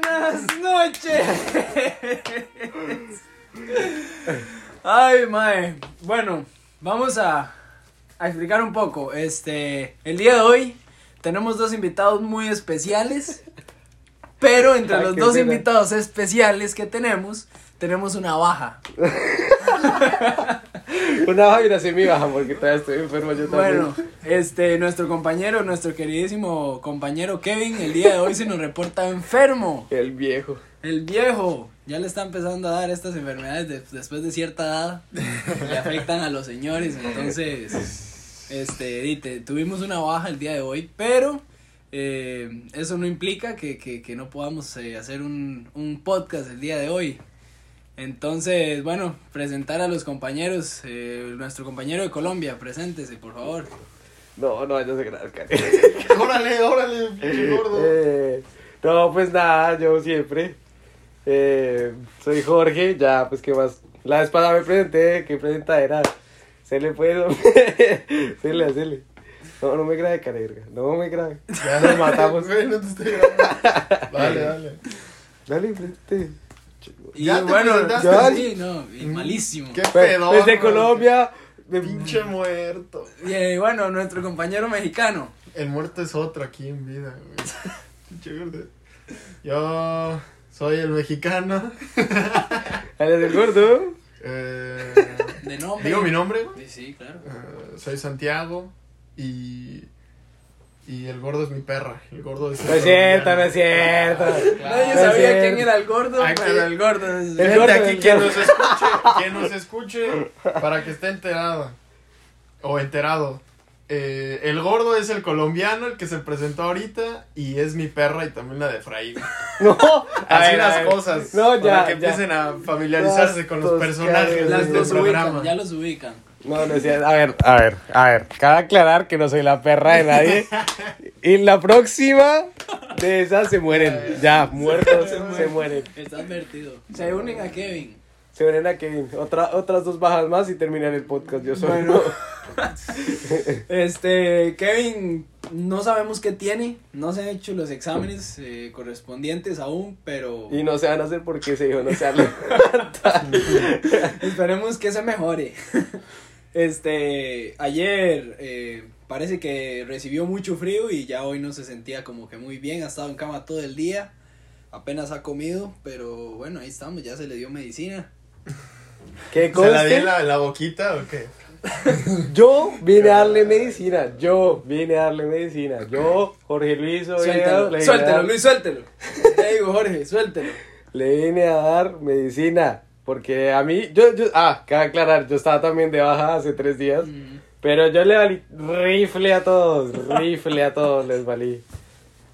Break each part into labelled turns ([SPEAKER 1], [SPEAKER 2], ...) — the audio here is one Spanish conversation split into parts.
[SPEAKER 1] Buenas noches. Ay, mae. Bueno, vamos a, a explicar un poco. Este, el día de hoy tenemos dos invitados muy especiales. Pero entre
[SPEAKER 2] Ay,
[SPEAKER 1] los
[SPEAKER 2] Ah, qué
[SPEAKER 1] dos
[SPEAKER 2] pena.
[SPEAKER 1] invitados especiales que tenemos, tenemos una baja.
[SPEAKER 2] Una vaina sí mi baja porque todavía estoy enfermo yo también.
[SPEAKER 1] Bueno, este, nuestro compañero, nuestro queridísimo compañero Kevin, el día de hoy se nos reporta enfermo.
[SPEAKER 2] El viejo.
[SPEAKER 1] El viejo ya le está empezando a dar estas enfermedades de- después de cierta edad. Le afectan a los señores. Entonces, este, di, te- tuvimos una baja el día de hoy, pero eh, eso no implica que, que, que no podamos eh, hacer un, un podcast el día de hoy. Entonces, bueno, presentar a los compañeros. eh, nuestro compañero de Colombia, preséntese, por favor.
[SPEAKER 2] No, no, yo se gracias.
[SPEAKER 3] Órale, órale, pinche gordo.
[SPEAKER 2] Eh, no, pues nada, yo siempre. Eh, soy Jorge, ya, pues qué más. La vez pasada me presenté, qué presenta era. Se le puede. se le, se le. No, no me grabe, careverga. No me grabe. Ya nos matamos. Eh,
[SPEAKER 3] Güey, no te estoy grabando. Vale, dale.
[SPEAKER 2] Dale, frente.
[SPEAKER 1] Y
[SPEAKER 3] Ya te
[SPEAKER 1] bueno,
[SPEAKER 3] presentaste.
[SPEAKER 1] ya- sí, no, y malísimo.
[SPEAKER 3] Qué pedo.
[SPEAKER 2] Desde Pues, Colombia. de-
[SPEAKER 3] Pinche muerto.
[SPEAKER 1] Y eh, bueno, nuestro compañero mexicano.
[SPEAKER 3] El muerto es otro aquí en vida, güey. Pinche gordo. Yo soy el mexicano.
[SPEAKER 2] Dale, del gordo.
[SPEAKER 3] Eh,
[SPEAKER 1] De nombre.
[SPEAKER 3] Digo mi nombre, güey.
[SPEAKER 1] Sí, sí, claro.
[SPEAKER 3] Eh, soy Santiago y. Y el gordo es mi perra. El gordo es. Ah,
[SPEAKER 2] No es cierto, no es cierto.
[SPEAKER 1] Nadie
[SPEAKER 2] No es
[SPEAKER 1] sabía
[SPEAKER 2] cierto.
[SPEAKER 1] quién era el gordo,
[SPEAKER 3] Aquí-
[SPEAKER 1] pero el gordo. es-
[SPEAKER 2] El
[SPEAKER 3] Gente
[SPEAKER 2] gordo,
[SPEAKER 3] aquí
[SPEAKER 2] el
[SPEAKER 3] que
[SPEAKER 2] gordo.
[SPEAKER 3] nos escuche, que nos escuche para que esté enterada o enterado. Eh, el gordo es el colombiano, el que se presentó ahorita, y es mi perra y también la de Efraín.
[SPEAKER 2] No, a
[SPEAKER 3] Así
[SPEAKER 2] ver, a
[SPEAKER 3] las
[SPEAKER 2] ver.
[SPEAKER 3] cosas.
[SPEAKER 2] No,
[SPEAKER 3] para
[SPEAKER 2] ya,
[SPEAKER 3] que
[SPEAKER 2] ya.
[SPEAKER 3] empiecen a familiarizarse con los
[SPEAKER 2] Bastos,
[SPEAKER 3] personajes
[SPEAKER 2] cabrones.
[SPEAKER 3] de
[SPEAKER 1] Las
[SPEAKER 3] este
[SPEAKER 1] los
[SPEAKER 3] programa.
[SPEAKER 1] ubican, ya los ubican.
[SPEAKER 2] No, no es cierto. A ver, a ver, a ver. Cabe aclarar que no soy la perra de nadie. Y la próxima de esas se mueren. Ya, muertos se mueren.
[SPEAKER 1] Está advertido. Se unen a Kevin.
[SPEAKER 2] Se unen a Kevin. Otra, otras dos bajas más y terminan el podcast. Yo soy.
[SPEAKER 1] Bueno. Este, Kevin, no sabemos qué tiene. No se han hecho los exámenes eh, correspondientes aún, pero
[SPEAKER 2] Y no se van a hacer porque se dijo no se habla.
[SPEAKER 1] esperemos que se mejore. Este, ayer eh, parece que recibió mucho frío y ya hoy no se sentía como que muy bien. Ha estado en cama todo el día. Apenas ha comido, pero bueno, ahí estamos. Ya se le dio medicina.
[SPEAKER 2] ¿Qué
[SPEAKER 3] ¿Se la di
[SPEAKER 2] conste?
[SPEAKER 3] en la, en la boquita o qué?
[SPEAKER 2] Yo vine a darle medicina. Yo vine a darle medicina. Yo, Jorge Luis, Oviedo, le
[SPEAKER 1] Suéltalo,
[SPEAKER 2] vine a
[SPEAKER 1] suéltalo,
[SPEAKER 2] dar-
[SPEAKER 1] Luis, suéltalo. Te digo, Jorge, suéltalo.
[SPEAKER 2] Le vine a dar medicina. Porque a mí, yo, yo, ah, cabe aclarar, yo estaba también de baja hace tres días. Pero yo le valí rifle a todos, rifle a todos les valí.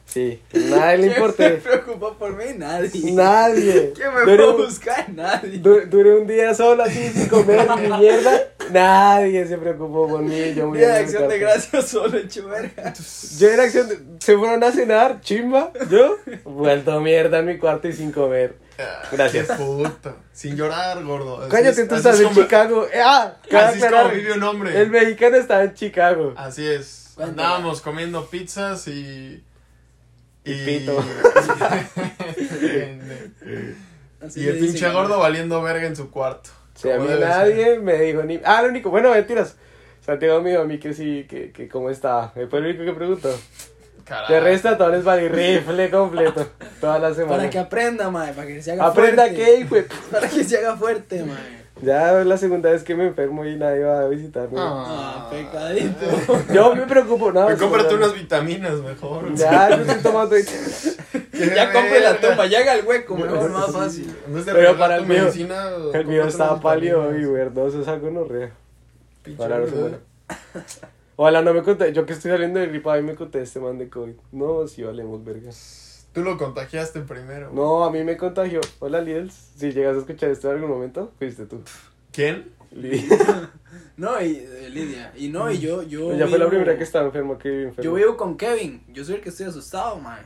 [SPEAKER 2] Sí, nadie le
[SPEAKER 1] ¿Quién se
[SPEAKER 2] importé.
[SPEAKER 1] preocupó por mí? Nadie.
[SPEAKER 2] Nadie.
[SPEAKER 1] ¿Quién me
[SPEAKER 2] Duré
[SPEAKER 1] fue a
[SPEAKER 2] un-
[SPEAKER 1] buscar? Nadie.
[SPEAKER 2] du- duré un día solo así sin comer ni mierda. Nadie se preocupó por mí. Yo muy
[SPEAKER 1] Día de
[SPEAKER 2] bien en el
[SPEAKER 1] acción de
[SPEAKER 2] cuarto.
[SPEAKER 1] gracias solo hecho verga.
[SPEAKER 2] Yo era acción de- Se fueron a cenar, chimba. Yo, vuelto mierda en mi cuarto y sin comer.
[SPEAKER 3] Ah,
[SPEAKER 2] Gracias.
[SPEAKER 3] qué puto. Sin llorar, gordo. Así
[SPEAKER 2] Cállate,
[SPEAKER 3] es-
[SPEAKER 2] tú
[SPEAKER 3] así
[SPEAKER 2] estás
[SPEAKER 3] es
[SPEAKER 2] en
[SPEAKER 3] como-
[SPEAKER 2] Chicago. Eh, ah, cabe
[SPEAKER 3] Así es como
[SPEAKER 2] aclarar,
[SPEAKER 3] vive un hombre.
[SPEAKER 2] El mexicano estaba en Chicago.
[SPEAKER 3] Así es.
[SPEAKER 1] Cuéntala.
[SPEAKER 3] Andábamos comiendo pizzas y.
[SPEAKER 2] Y pito.
[SPEAKER 1] Así
[SPEAKER 3] y
[SPEAKER 1] le
[SPEAKER 3] el
[SPEAKER 1] dicen,
[SPEAKER 3] pinche
[SPEAKER 1] ¿no?
[SPEAKER 3] gordo valiendo verga en su cuarto.
[SPEAKER 2] Sí, a
[SPEAKER 3] Como
[SPEAKER 2] mí
[SPEAKER 3] debe
[SPEAKER 2] nadie
[SPEAKER 3] ser.
[SPEAKER 2] me dijo ni. Ah, lo único. Bueno, mentiras. Santiago me dijo a mí que sí, que, que cómo estaba. Fue lo único que preguntó.
[SPEAKER 3] Carajo.
[SPEAKER 2] De resto, a todos les valí rifle completo. Toda la
[SPEAKER 1] Para
[SPEAKER 2] semana.
[SPEAKER 1] que aprenda, mae, para que se haga
[SPEAKER 2] Aprenda
[SPEAKER 1] fuerte.
[SPEAKER 2] que, pues.
[SPEAKER 1] Para que se haga fuerte, mae.
[SPEAKER 2] Ya es la segunda vez que me enfermo y nadie va a visitarme.
[SPEAKER 3] Ah.
[SPEAKER 1] Ah, pecadito.
[SPEAKER 2] Yo me preocupo, nada.
[SPEAKER 3] Pues cómprate
[SPEAKER 2] seguro.
[SPEAKER 3] unas vitaminas mejor.
[SPEAKER 2] Ya, yo estoy tomando.
[SPEAKER 3] Qué
[SPEAKER 1] ya compré la
[SPEAKER 3] verga.
[SPEAKER 1] tumba, ya haga el hueco, mejor, más fácil.
[SPEAKER 3] En vez de
[SPEAKER 2] Pero
[SPEAKER 3] regalar
[SPEAKER 2] para
[SPEAKER 3] tu
[SPEAKER 2] el mío,
[SPEAKER 3] medicina,
[SPEAKER 2] El mío
[SPEAKER 3] cómprate
[SPEAKER 2] estaba
[SPEAKER 3] unas
[SPEAKER 2] pálido y
[SPEAKER 3] vitaminas.
[SPEAKER 2] verdoso, esa gonorrea.
[SPEAKER 3] Pinche
[SPEAKER 2] Ojalá no se
[SPEAKER 3] gordo.
[SPEAKER 2] muera. Ojalá no me conté. Yo que estoy saliendo de gripa, a mí me conté este man de COVID. No, sí, valemos, verga.
[SPEAKER 3] Tú lo contagiaste primero.
[SPEAKER 2] No, a mí me contagió. Hola, Liels. Si llegas a escuchar esto en algún momento, fuiste tú.
[SPEAKER 3] ¿Quién?
[SPEAKER 2] Li-
[SPEAKER 1] No, y eh, Lidia, y no, y yo, yo.
[SPEAKER 2] Pues ya fue la
[SPEAKER 1] vivo-
[SPEAKER 2] primera que estaba enfermo, que viví enfermo.
[SPEAKER 1] Yo vivo con Kevin, yo soy el que estoy asustado, mae.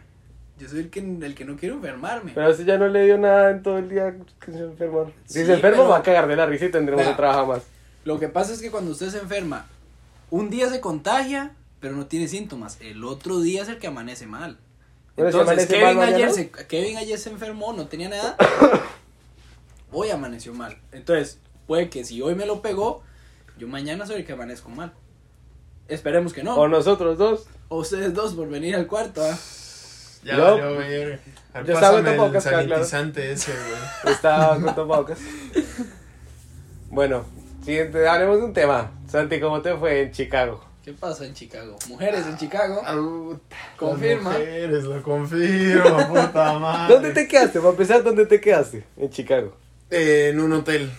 [SPEAKER 1] Yo soy el que, el que no quiero enfermarme.
[SPEAKER 2] Pero así ya no le dio nada en todo el día que se enfermó. Si
[SPEAKER 1] Sí,
[SPEAKER 2] se enferma,
[SPEAKER 1] pero-
[SPEAKER 2] va a cagar de la risa y tendremos
[SPEAKER 1] Vea.
[SPEAKER 2] que trabajar más.
[SPEAKER 1] Lo que pasa es que cuando usted se enferma, un día se contagia, pero no tiene síntomas. El otro día es el que amanece mal.
[SPEAKER 2] Bueno, si
[SPEAKER 1] Entonces,
[SPEAKER 2] amanece
[SPEAKER 1] Kevin,
[SPEAKER 2] mal
[SPEAKER 1] ayer
[SPEAKER 2] mañana.
[SPEAKER 1] se, Kevin ayer se enfermó, no tenía nada. Hoy amaneció mal. Entonces, puede que si hoy me lo pegó, yo mañana soy el que amanezco mal. Esperemos que no.
[SPEAKER 2] O nosotros dos.
[SPEAKER 1] O ustedes dos por venir al cuarto, ¿ah?
[SPEAKER 3] Ya
[SPEAKER 2] Yo-
[SPEAKER 3] valió, güey. A ver,
[SPEAKER 2] yo estaba en
[SPEAKER 3] Pásame el
[SPEAKER 2] tapabocas, claro.
[SPEAKER 3] sanitizante ese, güey.
[SPEAKER 2] Estaba con tapabocas. Bueno, siguiente, hablemos de un tema. Santi, ¿cómo te fue en Chicago?
[SPEAKER 1] ¿Qué pasa en Chicago? Mujeres en Chicago.
[SPEAKER 2] Ah.
[SPEAKER 1] Confirma.
[SPEAKER 3] Confirma. Eres, lo confirmo, puta
[SPEAKER 1] Ah,
[SPEAKER 3] madre.
[SPEAKER 1] eh.
[SPEAKER 2] ¿Dónde te quedaste? Para empezar, ¿dónde te quedaste? En Chicago.
[SPEAKER 3] Eh, en un hotel.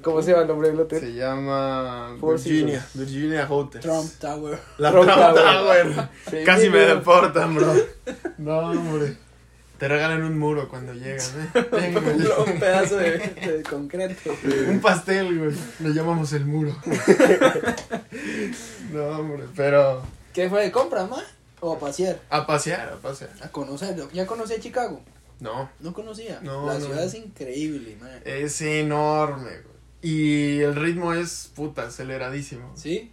[SPEAKER 2] ¿Cómo se llama el nombre del hotel?
[SPEAKER 3] Se llama
[SPEAKER 2] Four
[SPEAKER 3] Virginia. Virginia Hotel.
[SPEAKER 1] Trump Tower.
[SPEAKER 3] La
[SPEAKER 2] Trump
[SPEAKER 3] Trump,
[SPEAKER 2] Tower.
[SPEAKER 3] Tower.
[SPEAKER 2] Sí,
[SPEAKER 3] Casi me
[SPEAKER 2] mira.
[SPEAKER 3] deportan, bro. No, hombre. Te regalan un muro cuando llegas, ¿eh? Tengo
[SPEAKER 1] Un pedazo de, de concreto.
[SPEAKER 3] un pastel, güey. Lo llamamos el muro. No, hombre. Pero
[SPEAKER 1] ¿Qué fue de compra, ma? ¿O a pasear?
[SPEAKER 3] a pasear, a pasear.
[SPEAKER 1] A conocerlo. ¿Ya conocí a Chicago?
[SPEAKER 3] No.
[SPEAKER 1] No conocía.
[SPEAKER 3] No,
[SPEAKER 1] La
[SPEAKER 3] no.
[SPEAKER 1] ciudad es increíble, ma.
[SPEAKER 3] Es enorme, güey. Y el ritmo es puta, aceleradísimo.
[SPEAKER 1] ¿Sí?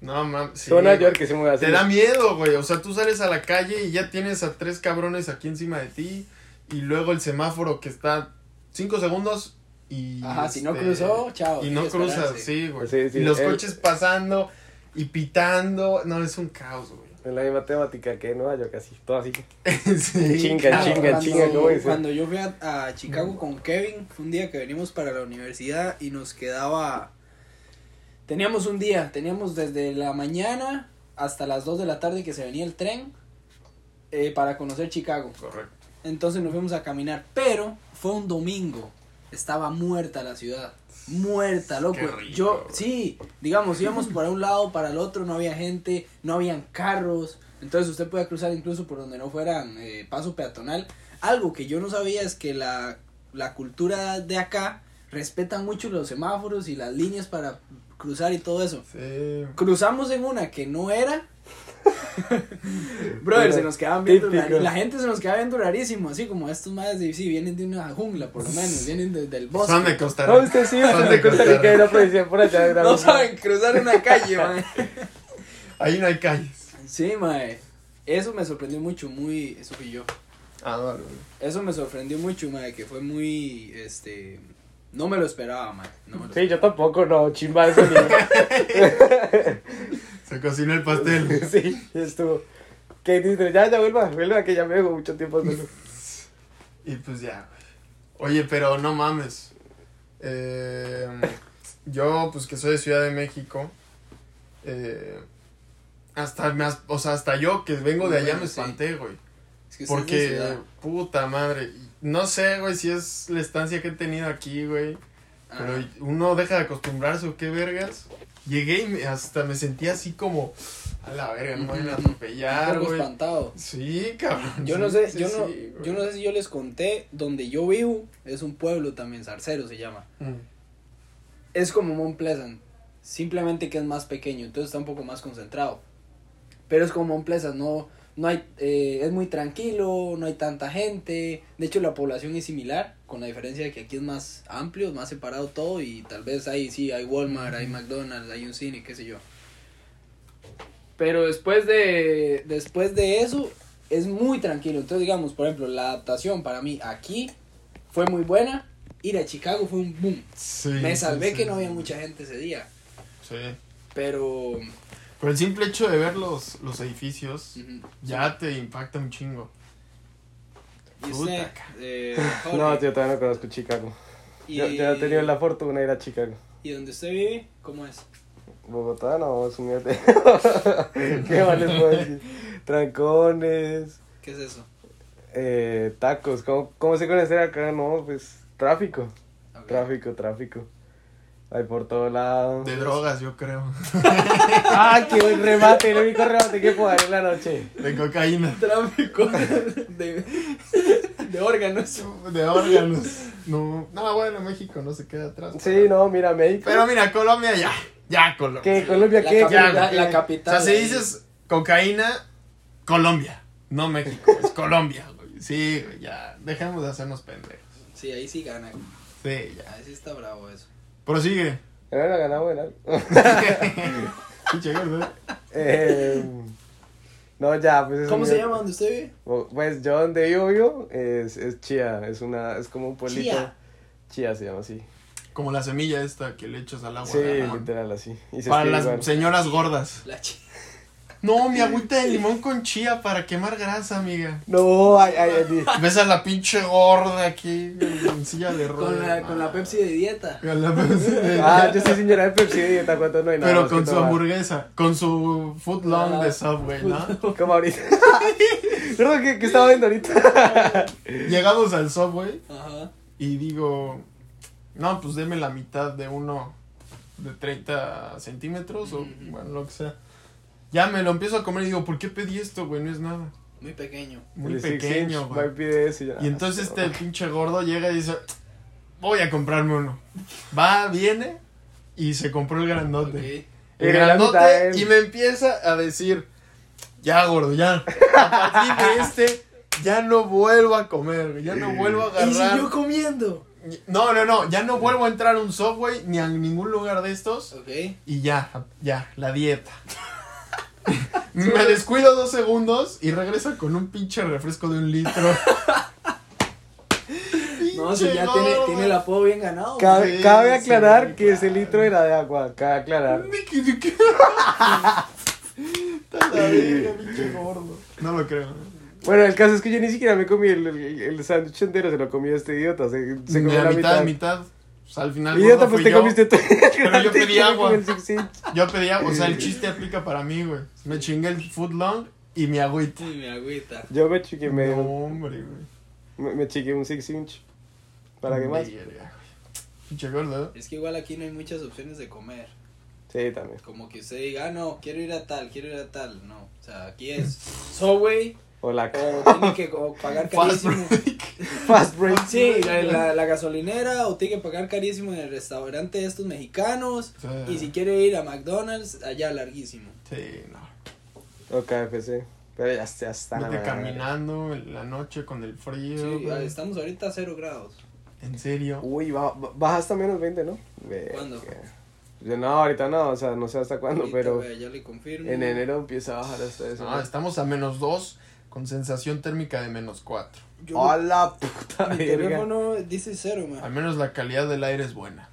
[SPEAKER 3] No mames. sí,
[SPEAKER 2] Son Nueva
[SPEAKER 3] güey.
[SPEAKER 2] York que se mueve así.
[SPEAKER 3] Te da miedo, güey. O sea, tú sales a la calle y ya tienes a tres cabrones aquí encima de ti. Y luego el semáforo que está cinco segundos y.
[SPEAKER 1] Ajá, si no
[SPEAKER 3] este,
[SPEAKER 1] cruzó, chao.
[SPEAKER 3] Y
[SPEAKER 1] hay
[SPEAKER 3] no
[SPEAKER 1] que
[SPEAKER 3] cruzas,
[SPEAKER 1] esperarse.
[SPEAKER 3] sí, güey.
[SPEAKER 2] Sí, sí,
[SPEAKER 3] y los
[SPEAKER 2] el-
[SPEAKER 3] coches pasando y pitando. No, es un caos, güey.
[SPEAKER 2] En la misma temática que en Nueva York, así, todo así.
[SPEAKER 3] sí,
[SPEAKER 2] Chinga,
[SPEAKER 3] cabrón.
[SPEAKER 2] chinga. ¿cómo dice? Mm.
[SPEAKER 1] Cuando yo fui a, a Chicago con Kevin, fue un día que venimos para la universidad y nos quedaba. Teníamos un día, teníamos desde la mañana hasta las 2 de la tarde que se venía el tren eh, para conocer Chicago.
[SPEAKER 3] Correcto.
[SPEAKER 1] Entonces nos fuimos a caminar, pero fue un domingo. Estaba muerta la ciudad. Muerta, loco.
[SPEAKER 3] Qué rico,
[SPEAKER 1] Yo,
[SPEAKER 3] bro.
[SPEAKER 1] sí, digamos, íbamos para un lado, para el otro, no había gente, no habían carros. Entonces usted podía cruzar incluso por donde no fueran eh, paso peatonal. Algo que yo no sabía es que la, la cultura de acá respeta mucho los semáforos y las líneas para cruzar y todo eso.
[SPEAKER 3] Sí.
[SPEAKER 1] Cruzamos en una que no era. Brother, se nos quedaban viendo.
[SPEAKER 2] Típico.
[SPEAKER 1] rar- La gente se nos quedaba viendo rarísimo. Así como estos madres de sí vienen de una jungla, por lo menos. Vienen de- del bosque.
[SPEAKER 3] Son de Costa
[SPEAKER 2] No,
[SPEAKER 3] Rica.
[SPEAKER 2] usted sí,
[SPEAKER 3] Son
[SPEAKER 2] usted
[SPEAKER 3] de
[SPEAKER 2] de Costa Rica hay una policía por allá.
[SPEAKER 1] No
[SPEAKER 2] grabando.
[SPEAKER 1] saben cruzar una calle, mae.
[SPEAKER 3] Ahí no hay calles.
[SPEAKER 1] Sí, mae. Eso me sorprendió mucho, muy. Eso fui yo.
[SPEAKER 3] Ah, vale.
[SPEAKER 1] Eso me sorprendió mucho, mae. Que fue muy. Este. No me lo esperaba, mae. No me lo
[SPEAKER 2] Sí, yo tampoco, no, chimba eso ni...
[SPEAKER 3] Se cocinó el pastel.
[SPEAKER 2] Sí, estuvo. Que dice, ya, ya vuelva, vuelva, que ya me dejo mucho tiempo solo.
[SPEAKER 3] Y pues ya, güey. Oye, pero no mames. Eh, yo, pues que soy de Ciudad de México. eh, hasta me as- o sea, hasta yo que vengo de allá
[SPEAKER 1] Bueno,
[SPEAKER 3] me
[SPEAKER 1] sí.
[SPEAKER 3] espanté, güey.
[SPEAKER 1] Es que usted es de
[SPEAKER 3] Porque,
[SPEAKER 1] ciudad.
[SPEAKER 3] puta madre. No sé, güey, si es la estancia que he tenido aquí, güey.
[SPEAKER 1] Ah,
[SPEAKER 3] Pero uno deja de acostumbrarse o qué vergas. Llegué y me- hasta me sentí así como a la verga, no me van a
[SPEAKER 1] Ujú.
[SPEAKER 3] atropellar,
[SPEAKER 1] un poco
[SPEAKER 3] güey.
[SPEAKER 1] espantado.
[SPEAKER 3] Sí, cabrón.
[SPEAKER 1] Yo
[SPEAKER 3] sí,
[SPEAKER 1] no sé,
[SPEAKER 3] sí,
[SPEAKER 1] yo no,
[SPEAKER 3] sí, güey.
[SPEAKER 1] yo no sé si yo les conté, donde yo vivo es un pueblo también, Zarcero se llama.
[SPEAKER 3] Mm.
[SPEAKER 1] Es como Mount Pleasant, simplemente que es más pequeño, entonces está un poco más concentrado. Pero es como Mount Pleasant, no, no hay, eh, es muy tranquilo, no hay tanta gente, de hecho la población es similar, con la diferencia de que aquí es más amplio, más separado todo y tal vez ahí sí hay Walmart, hay McDonald's, hay un cine, qué sé yo. Pero después de, después de eso, es muy tranquilo. Entonces, digamos, por ejemplo, la adaptación para mí aquí fue muy buena. Ir a Chicago fue un boom.
[SPEAKER 3] Sí,
[SPEAKER 1] Me
[SPEAKER 3] sí,
[SPEAKER 1] salvé
[SPEAKER 3] sí.
[SPEAKER 1] que no había mucha gente ese día.
[SPEAKER 3] Sí.
[SPEAKER 1] Pero
[SPEAKER 3] Pero el simple hecho de ver los, los edificios
[SPEAKER 1] ujú.
[SPEAKER 3] ya te impacta un chingo.
[SPEAKER 1] Y
[SPEAKER 3] Puta,
[SPEAKER 1] usted, eh, Jorge,
[SPEAKER 2] No, yo todavía no conozco Chicago.
[SPEAKER 1] y,
[SPEAKER 2] Yo, yo no he tenido la fortuna de ir a Chicago.
[SPEAKER 1] ¿Y donde usted vive? ¿Cómo es?
[SPEAKER 2] Bogotá no, su mierda. ¿Qué más les puedo decir? Trancones,
[SPEAKER 1] ¿Qué es eso?
[SPEAKER 2] eh, tacos. ¿Cómo, ¿Cómo se conoce acá? No, pues tráfico,
[SPEAKER 1] Ok.
[SPEAKER 2] tráfico, tráfico. Hay por todo lado.
[SPEAKER 3] De drogas, yo creo.
[SPEAKER 2] ¡Ah, qué buen remate! El único remate que puedo dar en la noche.
[SPEAKER 3] De cocaína.
[SPEAKER 1] Tráfico de, de órganos.
[SPEAKER 3] De órganos. No, no, bueno, México no se queda atrás.
[SPEAKER 2] Sí, no, mira, México.
[SPEAKER 3] Pero mira, Colombia ya. Ya, Colombia.
[SPEAKER 2] ¿Qué? ¿Colombia
[SPEAKER 1] La
[SPEAKER 2] qué?
[SPEAKER 1] capital-
[SPEAKER 2] ¿Colombia qué?
[SPEAKER 1] la
[SPEAKER 3] O sea,
[SPEAKER 1] capital.
[SPEAKER 3] si
[SPEAKER 1] ahí.
[SPEAKER 3] dices cocaína, Colombia. No México, es Colombia, güey. Sí, güey, ya. Dejemos de hacernos pendejos.
[SPEAKER 1] Sí, ahí sí gana.
[SPEAKER 3] Sí, ya.
[SPEAKER 1] Ahí sí está bravo eso.
[SPEAKER 3] Prosigue.
[SPEAKER 2] Era una ganada buena.
[SPEAKER 3] Pinche gordo, ¿eh?
[SPEAKER 2] Eh, No, ya, pues es
[SPEAKER 1] ¿Cómo
[SPEAKER 2] un-
[SPEAKER 1] se llama donde usted vive?
[SPEAKER 2] Bo- Pues yo donde yo vivo es, es Chía, es una, es como un pueblito.
[SPEAKER 1] Chía.
[SPEAKER 2] Chía, se llama así.
[SPEAKER 3] Como la semilla esta que le echas al agua.
[SPEAKER 2] Sí,
[SPEAKER 3] de limón.
[SPEAKER 2] literal así. Y se
[SPEAKER 3] Ah, Para
[SPEAKER 2] escribe
[SPEAKER 3] las
[SPEAKER 2] igual.
[SPEAKER 3] señoras gordas.
[SPEAKER 1] La chi-
[SPEAKER 3] No, mi agüita de limón con chía para quemar grasa, amiga.
[SPEAKER 2] No, ay, ay, ay.
[SPEAKER 3] Ves a la pinche gorda aquí en silla de ruedas.
[SPEAKER 1] Con la, con la Pepsi de dieta.
[SPEAKER 3] Con la Pepsi de-
[SPEAKER 2] Ah, yo soy señora de Pepsi de dieta, ¿cuánto no hay nada?
[SPEAKER 3] Pero
[SPEAKER 2] más
[SPEAKER 3] con
[SPEAKER 2] que
[SPEAKER 3] su
[SPEAKER 2] tomar?
[SPEAKER 3] hamburguesa, con su foot
[SPEAKER 1] Ah,
[SPEAKER 3] long de Subway, ¿no?
[SPEAKER 2] Como ahorita. Perdón, ¿qué, qué estaba viendo ahorita?
[SPEAKER 3] Llegamos al Subway
[SPEAKER 1] Ajá.
[SPEAKER 3] y digo, no, pues deme la mitad de uno de 30 centímetros o
[SPEAKER 1] Ujú.
[SPEAKER 3] bueno, lo que sea. Ya me lo empiezo a comer y digo, ¿por qué pedí esto, güey? No es nada.
[SPEAKER 1] Muy pequeño.
[SPEAKER 3] Muy
[SPEAKER 2] El Six
[SPEAKER 3] pequeño,
[SPEAKER 2] Inch,
[SPEAKER 3] güey.
[SPEAKER 2] me pide eso y yo, ah,
[SPEAKER 3] Y entonces
[SPEAKER 2] no.
[SPEAKER 3] este pinche gordo llega y dice, voy a comprarme uno. Va, viene y se compró el grandote.
[SPEAKER 1] Ok.
[SPEAKER 3] El
[SPEAKER 2] Y la mitad
[SPEAKER 3] grandote
[SPEAKER 2] él.
[SPEAKER 3] y me empieza a decir, ya gordo, ya. A partir de este, ya no vuelvo a comer, güey, ya no vuelvo a
[SPEAKER 1] Y
[SPEAKER 3] agarrar.
[SPEAKER 1] siguió comiendo.
[SPEAKER 3] No, no, no, ya no vuelvo a entrar a un subway ni a ningún lugar de estos.
[SPEAKER 1] Ok.
[SPEAKER 3] Y ya, ya, la dieta. me descuido dos segundos y regresa con un pinche refresco de un litro.
[SPEAKER 1] No,
[SPEAKER 3] Pinche
[SPEAKER 1] si ya tiene,
[SPEAKER 3] gordo.
[SPEAKER 1] tiene el apodo bien ganado.
[SPEAKER 2] Cabe,
[SPEAKER 3] Sí,
[SPEAKER 2] cabe
[SPEAKER 3] sí,
[SPEAKER 2] aclarar que
[SPEAKER 3] claro.
[SPEAKER 2] ese litro era de agua, cabe aclarar.
[SPEAKER 3] ¿De qué- de qué? Está la verga, pinche gordo. No lo creo. ¿eh?
[SPEAKER 2] Bueno, el caso es que yo ni siquiera me comí el, el, el sándwich entero, se lo comió este idiota, se, se comió
[SPEAKER 3] la, mitad, mitad. O sea, al final. gordo
[SPEAKER 2] Idiota, pues
[SPEAKER 3] fui
[SPEAKER 2] te
[SPEAKER 3] yo.
[SPEAKER 2] comiste tú.
[SPEAKER 3] Pero yo pedí agua.
[SPEAKER 2] El Six Inch.
[SPEAKER 3] Yo pedía, o sea, el chiste aplica para mí, güey. Me chingué el food long y mi
[SPEAKER 1] Sí,
[SPEAKER 3] agüita.
[SPEAKER 1] mi agüita.
[SPEAKER 2] Yo me chiqué medio.
[SPEAKER 3] No, hombre, güey.
[SPEAKER 2] Me, me chiqué un six inch. ¿Para qué más?
[SPEAKER 3] Verga, güey. Pinche gordo. ¿eh?
[SPEAKER 1] Es que igual aquí no hay muchas opciones de comer.
[SPEAKER 2] Sí, también.
[SPEAKER 1] Como que usted diga, ah, no, quiero ir a tal, quiero ir a tal. No. O sea, aquí es Subway
[SPEAKER 2] O la
[SPEAKER 3] Oh.
[SPEAKER 1] o tiene que o pagar
[SPEAKER 3] Fast
[SPEAKER 1] carísimo.
[SPEAKER 2] fast break.
[SPEAKER 1] Sí, la, la- la gasolinera o tiene que pagar carísimo en el restaurante de estos mexicanos.
[SPEAKER 3] Sí.
[SPEAKER 1] Y si quiere ir a McDonald's, allá larguísimo.
[SPEAKER 3] Sí, no.
[SPEAKER 2] O KFC. Pero ya, ya está. la
[SPEAKER 3] Vete
[SPEAKER 2] madre.
[SPEAKER 3] caminando en la noche con el frío.
[SPEAKER 1] Sí,
[SPEAKER 3] güey.
[SPEAKER 1] estamos ahorita a cero grados.
[SPEAKER 3] En serio.
[SPEAKER 2] Uy, ba- ba- baja hasta menos 20, ¿no? Verga.
[SPEAKER 1] ¿Cuándo?
[SPEAKER 2] Yo no, ahorita no, o sea, Ah, no sé hasta cuándo,
[SPEAKER 1] Ahorita,
[SPEAKER 2] pero
[SPEAKER 1] vea, ya le confirmo.
[SPEAKER 2] en enero empieza a bajar hasta eso.
[SPEAKER 3] No, estamos a menos 2 con sensación térmica de menos 4.
[SPEAKER 1] Yo-
[SPEAKER 2] ¡A Ah, la puta
[SPEAKER 1] mi
[SPEAKER 2] verga!
[SPEAKER 1] teléfono dice cero,
[SPEAKER 3] Al
[SPEAKER 1] man.
[SPEAKER 3] menos la calidad del aire es buena.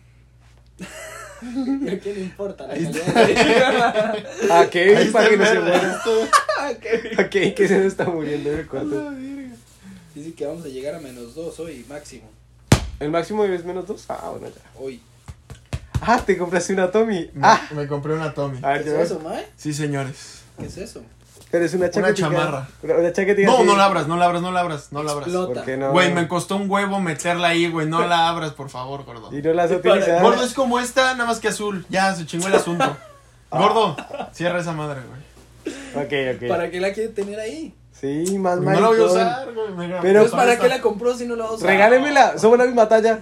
[SPEAKER 1] ¿A quién le importa la
[SPEAKER 3] Ahí está.
[SPEAKER 1] calidad?
[SPEAKER 2] ¿A Kevin para que no se
[SPEAKER 3] verde,
[SPEAKER 2] muera?
[SPEAKER 3] ahí está.
[SPEAKER 2] Ah, ¿A Kevin que se nos está muriendo en el
[SPEAKER 3] A la
[SPEAKER 2] cuarto?
[SPEAKER 3] Ah, verga.
[SPEAKER 1] Dice que vamos a llegar a menos dos hoy, máximo.
[SPEAKER 2] ¿El máximo es menos 2? Ah, bueno, ya.
[SPEAKER 1] Hoy.
[SPEAKER 2] ¡Ah, te compraste una Tommy!
[SPEAKER 3] Me,
[SPEAKER 2] ¡Ah!
[SPEAKER 3] me compré una Tommy.
[SPEAKER 2] A
[SPEAKER 1] ¿Qué
[SPEAKER 2] ver,
[SPEAKER 1] es
[SPEAKER 2] yo-
[SPEAKER 1] eso, mae?
[SPEAKER 3] Sí, señores.
[SPEAKER 1] ¿Qué es eso?
[SPEAKER 2] Pero es una chaquetica.
[SPEAKER 3] chamarra.
[SPEAKER 2] Una, una chaquetica.
[SPEAKER 3] No,
[SPEAKER 2] así.
[SPEAKER 3] no la abras, no la abras, no la abras, no la abras.
[SPEAKER 1] Explota.
[SPEAKER 2] ¿Por qué no?
[SPEAKER 3] Güey, me costó un huevo meterla ahí, güey. No la abras, por favor, gordo.
[SPEAKER 2] Y no la has
[SPEAKER 1] Y para-
[SPEAKER 2] utilizado.
[SPEAKER 3] Gordo es como esta, nada más que azul. Ya, se chingó el asunto.
[SPEAKER 2] Ah.
[SPEAKER 3] Gordo, cierra esa madre, güey.
[SPEAKER 2] Ok, ok.
[SPEAKER 1] ¿Para qué la quiere tener ahí?
[SPEAKER 2] Sí, más
[SPEAKER 3] No la voy a
[SPEAKER 2] maricón.
[SPEAKER 3] usar, güey.
[SPEAKER 2] Pero-
[SPEAKER 3] me- me este
[SPEAKER 1] Entonces, ¿para
[SPEAKER 3] molesta.
[SPEAKER 1] qué la compró si no la va a usar?
[SPEAKER 2] Regálemela, somos la misma talla.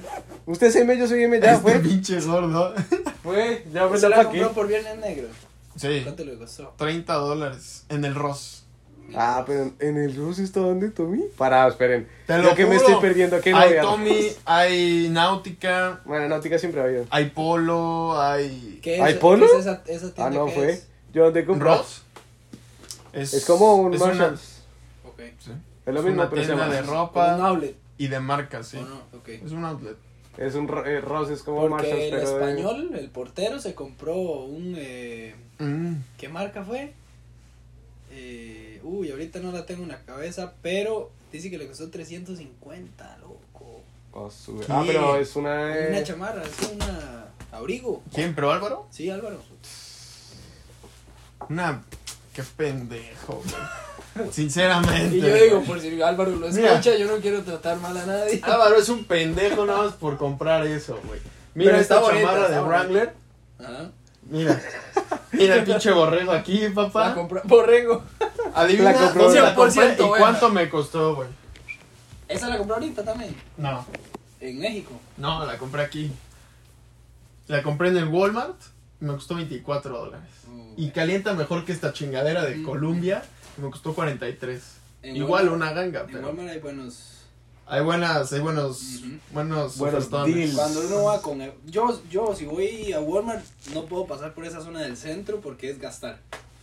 [SPEAKER 2] Usted es M, yo soy M, ya
[SPEAKER 3] Este
[SPEAKER 2] fue.
[SPEAKER 3] pinche gordo.
[SPEAKER 2] Fue, ya
[SPEAKER 1] Se la compró por Viernes Negro.
[SPEAKER 3] Sí,
[SPEAKER 1] ¿Cuánto le costó?
[SPEAKER 3] 30 dólares en el Ross.
[SPEAKER 2] Ah, pero en el ruso está donde Tommy. Pará, esperen.
[SPEAKER 3] Te
[SPEAKER 2] lo
[SPEAKER 3] lo
[SPEAKER 2] que me
[SPEAKER 3] juro.
[SPEAKER 2] estoy perdiendo, ¿qué no
[SPEAKER 3] Hay
[SPEAKER 2] había?
[SPEAKER 3] Tommy, hay Náutica,
[SPEAKER 2] Bueno, náutica siempre ha habido.
[SPEAKER 3] hay Polo, hay.
[SPEAKER 1] ¿Qué es,
[SPEAKER 2] ¿Hay polo?
[SPEAKER 1] ¿qué es esa, esa tienda
[SPEAKER 2] Ah, no,
[SPEAKER 1] que
[SPEAKER 2] fue.
[SPEAKER 1] es?
[SPEAKER 2] Yo donde compré.
[SPEAKER 3] Ross. Es,
[SPEAKER 2] Es como un
[SPEAKER 3] es una-
[SPEAKER 2] Marshalls.
[SPEAKER 1] Ok.
[SPEAKER 3] sí.
[SPEAKER 2] Es lo
[SPEAKER 3] Es
[SPEAKER 2] mismo,
[SPEAKER 3] una
[SPEAKER 2] pero se
[SPEAKER 3] tienda
[SPEAKER 2] llama-
[SPEAKER 3] de
[SPEAKER 1] Pues
[SPEAKER 3] ropa
[SPEAKER 1] un outlet,
[SPEAKER 3] y de marcas, sí.
[SPEAKER 1] ¿o no? Ok.
[SPEAKER 3] Es un outlet.
[SPEAKER 2] Es un ro- eh, Ross, es como
[SPEAKER 1] Porque
[SPEAKER 2] Marshalls,
[SPEAKER 1] el
[SPEAKER 2] pero. eh, de-
[SPEAKER 1] español, el portero, se compró un... eh,
[SPEAKER 3] Mm.
[SPEAKER 1] ¿Qué marca fue? Eh, uy, ahorita no la tengo en la cabeza, pero dice que le costó 350, loco.
[SPEAKER 2] Oh, su-
[SPEAKER 3] ¿Qué?
[SPEAKER 2] Ah, pero es una. eh,
[SPEAKER 1] Una chamarra, es una abrigo.
[SPEAKER 3] ¿Quién? ¿Pero Álvaro?
[SPEAKER 1] Sí, Álvaro.
[SPEAKER 3] Una. Qué pendejo, güey. Sinceramente.
[SPEAKER 1] Y yo digo, por si Álvaro lo
[SPEAKER 3] Mira. Ah,
[SPEAKER 1] escucha, yo no quiero tratar mal a nadie.
[SPEAKER 3] Álvaro es un pendejo nada más por comprar eso, güey. Mira
[SPEAKER 1] Pero
[SPEAKER 3] esta
[SPEAKER 1] está bonita,
[SPEAKER 3] chamarra
[SPEAKER 1] está
[SPEAKER 3] de
[SPEAKER 1] bonita.
[SPEAKER 3] Wrangler.
[SPEAKER 1] Ajá.
[SPEAKER 3] Mira. Mira el pinche borrego aquí,
[SPEAKER 1] La
[SPEAKER 3] papá.
[SPEAKER 1] compra- Borrego.
[SPEAKER 3] Adivina
[SPEAKER 2] La compró.
[SPEAKER 3] dónde la compré
[SPEAKER 1] 100%
[SPEAKER 3] y
[SPEAKER 1] buena.
[SPEAKER 3] cuánto me costó, güey.
[SPEAKER 1] Esa la compró ahorita también,
[SPEAKER 3] No.
[SPEAKER 1] en México.
[SPEAKER 3] No, la compré aquí. La compré en el Walmart. Me costó 24 dólares.
[SPEAKER 1] Oh,
[SPEAKER 3] Y calienta mejor que esta chingadera de
[SPEAKER 1] Mm.
[SPEAKER 3] Colombia. Me costó 43.
[SPEAKER 1] En
[SPEAKER 3] Igual
[SPEAKER 1] Walmart-
[SPEAKER 3] una ganga,
[SPEAKER 1] En
[SPEAKER 3] pero.
[SPEAKER 1] Walmart hay buenos.
[SPEAKER 3] Hay buenas, hay buenos,
[SPEAKER 1] Ujú.
[SPEAKER 3] buenos,
[SPEAKER 2] Buenos
[SPEAKER 3] ofertones.
[SPEAKER 2] deals.
[SPEAKER 1] Cuando uno va con. Yo, yo, si voy a Walmart, no puedo pasar por esa zona del centro porque es gastar.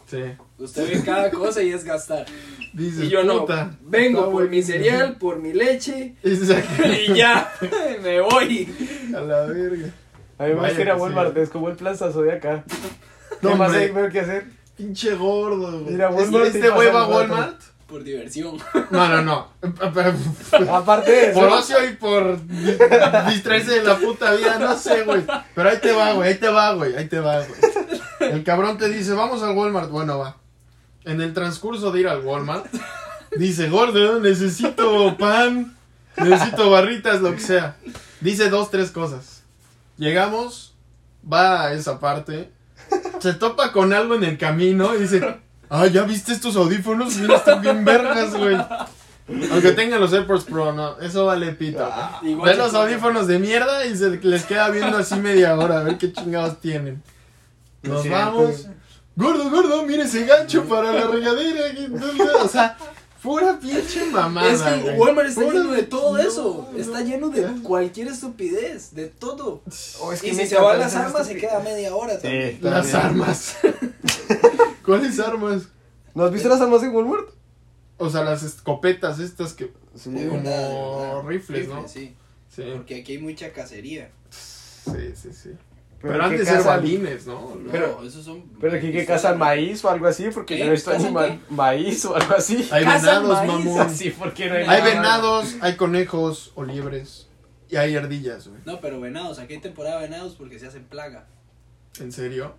[SPEAKER 3] Sí.
[SPEAKER 1] Usted ve cada cosa y es gastar.
[SPEAKER 3] Dices,
[SPEAKER 1] Y yo no.
[SPEAKER 3] "Puta,
[SPEAKER 1] Vengo
[SPEAKER 3] está
[SPEAKER 1] por mi
[SPEAKER 3] buenísimo".
[SPEAKER 1] cereal, por mi leche
[SPEAKER 3] Y se saca
[SPEAKER 1] y ya me voy.
[SPEAKER 3] a la verga.
[SPEAKER 2] A mí me
[SPEAKER 3] Vaya
[SPEAKER 2] gusta ir a
[SPEAKER 3] que sí.
[SPEAKER 2] Walmart, es como el plazazo de acá.
[SPEAKER 3] No,
[SPEAKER 2] ¿Qué más
[SPEAKER 3] hombre.
[SPEAKER 2] hay peor que hacer?
[SPEAKER 3] Pinche gordo, güey.
[SPEAKER 2] Ir a Walmart
[SPEAKER 3] ¿Este
[SPEAKER 2] y
[SPEAKER 3] este güey va a
[SPEAKER 2] pasar el rato.
[SPEAKER 3] Walmart?
[SPEAKER 1] Por diversión.
[SPEAKER 3] No, no, no.
[SPEAKER 2] Aparte de
[SPEAKER 3] Por
[SPEAKER 2] eso,
[SPEAKER 3] ocio y por di- distraerse de la puta vida, no sé, güey. Pero ahí te va, güey, ahí te va, güey, ahí te va, güey. El cabrón te dice, vamos al Walmart. Bueno, va. En el transcurso de ir al Walmart, dice, gordo, necesito pan, necesito barritas, lo que sea. Dice dos, tres cosas. Llegamos, va a esa parte, se topa con algo en el camino y dice, ah, ¿ya viste estos audífonos? Mira, están bien vergas, güey. Aunque tengan los AirPods Pro, no, eso vale pita. güey.
[SPEAKER 1] Ah, igual
[SPEAKER 3] Ve
[SPEAKER 1] se
[SPEAKER 3] los
[SPEAKER 1] toca.
[SPEAKER 3] audífonos de mierda y se les queda viendo así media hora a ver qué chingados tienen.
[SPEAKER 2] No
[SPEAKER 3] Nos
[SPEAKER 2] es cierto.
[SPEAKER 3] vamos. Gordo, gordo, mire ese gancho para la regadera. que- O sea, pura pinche mamada.
[SPEAKER 1] es que
[SPEAKER 3] güey.
[SPEAKER 1] Walmart está
[SPEAKER 3] Pura
[SPEAKER 1] lleno de todo
[SPEAKER 3] no,
[SPEAKER 1] eso.
[SPEAKER 3] no.
[SPEAKER 1] Está lleno de cualquier estupidez, de todo.
[SPEAKER 2] o oh, es que
[SPEAKER 1] y si
[SPEAKER 2] me
[SPEAKER 1] se van
[SPEAKER 2] encantan
[SPEAKER 1] las
[SPEAKER 2] esas
[SPEAKER 1] armas, se
[SPEAKER 2] estupideces.
[SPEAKER 1] queda media hora también.
[SPEAKER 2] Sí,
[SPEAKER 3] Las
[SPEAKER 2] también.
[SPEAKER 3] armas. ¿Cuáles armas?
[SPEAKER 2] ¿No has visto las armas en Walmart?
[SPEAKER 3] O sea, las escopetas estas que.
[SPEAKER 2] Sí.
[SPEAKER 1] De
[SPEAKER 3] Como
[SPEAKER 1] verdad, de verdad.
[SPEAKER 3] rifles, ¿no?
[SPEAKER 1] Sí,
[SPEAKER 3] Sí,
[SPEAKER 1] porque aquí hay mucha cacería.
[SPEAKER 3] sí, sí. sí. Pero,
[SPEAKER 2] Pero
[SPEAKER 3] han
[SPEAKER 2] ¿qué
[SPEAKER 3] de ser
[SPEAKER 2] cazan?
[SPEAKER 3] balines, ¿no?
[SPEAKER 2] Pero-
[SPEAKER 1] no, esos son.
[SPEAKER 2] Pero aquí que
[SPEAKER 1] pistolas.
[SPEAKER 2] cazan maíz o algo así, porque
[SPEAKER 1] ¿Qué?
[SPEAKER 2] yo no he visto
[SPEAKER 1] ¿Cazan
[SPEAKER 2] animal maíz o algo así.
[SPEAKER 3] Hay
[SPEAKER 1] Cazan
[SPEAKER 3] venados,
[SPEAKER 1] maíz,
[SPEAKER 3] mamón.
[SPEAKER 2] Así, porque no hay
[SPEAKER 3] Hay
[SPEAKER 2] nada.
[SPEAKER 3] venados, hay conejos o liebres. Y hay ardillas, güey.
[SPEAKER 1] No, pero venados. Aquí hay temporada de venados porque se hacen plaga.
[SPEAKER 3] ¿En serio?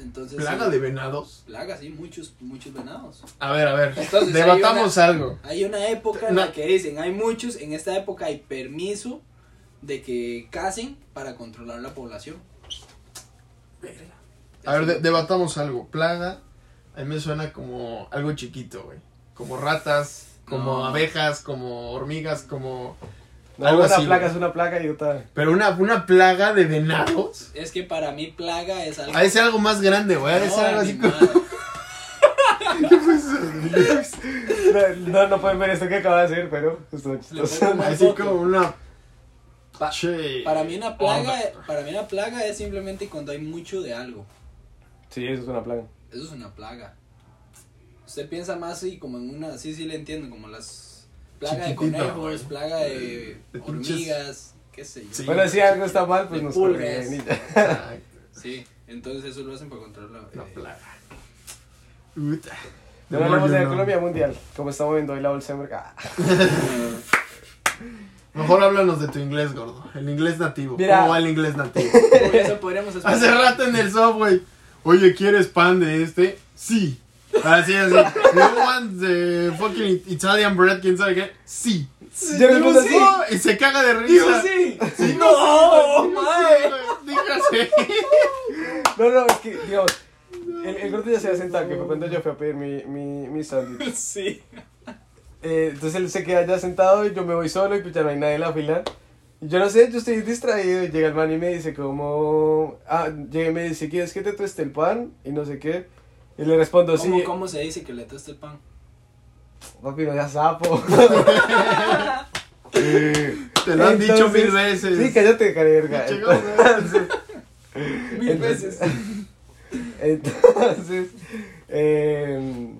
[SPEAKER 1] Entonces.
[SPEAKER 3] ¿Plaga
[SPEAKER 1] sí,
[SPEAKER 3] de venados?
[SPEAKER 1] Plaga, sí, muchos, muchos venados.
[SPEAKER 3] A ver, a ver.
[SPEAKER 1] Entonces,
[SPEAKER 3] debatamos
[SPEAKER 1] hay
[SPEAKER 3] algo.
[SPEAKER 1] Hay una época en
[SPEAKER 3] No.
[SPEAKER 1] la que dicen, hay muchos, en esta época hay permiso de que casen para controlar la población.
[SPEAKER 3] A ver, de- debatamos algo. Plaga, a mí me suena como algo chiquito, güey. Como ratas, como
[SPEAKER 1] No.
[SPEAKER 3] abejas, como hormigas, como...
[SPEAKER 2] No,
[SPEAKER 3] algo
[SPEAKER 2] una
[SPEAKER 3] así,
[SPEAKER 2] placa
[SPEAKER 3] güey.
[SPEAKER 2] es una placa y otra.
[SPEAKER 3] Pero una, una plaga de venados.
[SPEAKER 1] Es que para mí plaga es algo...
[SPEAKER 3] Ha de ser algo más grande, güey. Ha de
[SPEAKER 1] No,
[SPEAKER 3] ser algo así como...
[SPEAKER 1] animal.
[SPEAKER 2] No, no, no pueden ver esto que acaba de hacer, pero estuvo chistoso.
[SPEAKER 1] pongo-
[SPEAKER 3] Así como una...
[SPEAKER 1] Pa-
[SPEAKER 3] Che.
[SPEAKER 1] Para mí una plaga,
[SPEAKER 3] Onda.
[SPEAKER 1] para mí una plaga es simplemente cuando hay mucho de algo.
[SPEAKER 2] Sí, eso es una plaga.
[SPEAKER 1] Eso es una plaga. Usted piensa más así como en una, sí, sí le entiendo, como las plaga de
[SPEAKER 3] Chiquitita,
[SPEAKER 1] conejos,
[SPEAKER 3] güey.
[SPEAKER 1] plaga de,
[SPEAKER 3] De pinches-
[SPEAKER 1] hormigas, qué sé yo.
[SPEAKER 3] Sí.
[SPEAKER 2] Bueno, si algo está mal, pues
[SPEAKER 1] De
[SPEAKER 2] nos
[SPEAKER 1] pulgas.
[SPEAKER 2] corrigen y ya.
[SPEAKER 3] Ay,
[SPEAKER 1] Sí, entonces eso lo hacen para controlar la,
[SPEAKER 3] Una
[SPEAKER 1] eh,
[SPEAKER 3] plaga. Uta.
[SPEAKER 2] No hablamos de la
[SPEAKER 3] No.
[SPEAKER 2] economía mundial, como estamos viendo hoy la bolsa de mercado.
[SPEAKER 3] Mejor háblanos de tu inglés, gordo. El inglés nativo.
[SPEAKER 2] Mira.
[SPEAKER 3] ¿Cómo va el inglés nativo?
[SPEAKER 1] Por eso podríamos esperar.
[SPEAKER 3] Hace rato en el software. Oye, ¿quieres pan de este? Sí. Así, así. You want the fucking Italian bread, quién sabe qué? Sí.
[SPEAKER 2] Yo le
[SPEAKER 3] Digo,
[SPEAKER 2] puse
[SPEAKER 3] sí.
[SPEAKER 2] así.
[SPEAKER 3] Y se caga de risa.
[SPEAKER 2] Digo sí.
[SPEAKER 1] No,
[SPEAKER 3] Digo,
[SPEAKER 1] mae.
[SPEAKER 3] sí, güey. Digo, sí.
[SPEAKER 2] No, no, es que, digamos, el, el gordo ya se había sentado, que fue cuando yo fui a pedir mi, mi, mi sándwich.
[SPEAKER 1] Sí.
[SPEAKER 2] Eh, entonces él se queda ya sentado y yo me voy solo y pues ya no hay nadie en la fila. Y yo no sé, yo estoy distraído y llega el man y me dice como... Ah, llega y me dice, ¿quieres que te tueste el pan? Y no sé qué. Y le respondo,
[SPEAKER 3] Pues
[SPEAKER 1] ¿Cómo,
[SPEAKER 2] sí,
[SPEAKER 1] ¿Cómo se dice que le toste el pan?
[SPEAKER 2] papi, no seas sapo.
[SPEAKER 3] Te lo han dicho
[SPEAKER 2] Entonces,
[SPEAKER 3] mil veces.
[SPEAKER 2] Sí, cállate, carerga.
[SPEAKER 3] Pinche gordo.
[SPEAKER 1] Mil veces.
[SPEAKER 3] ¿eh?
[SPEAKER 2] Entonces, eh,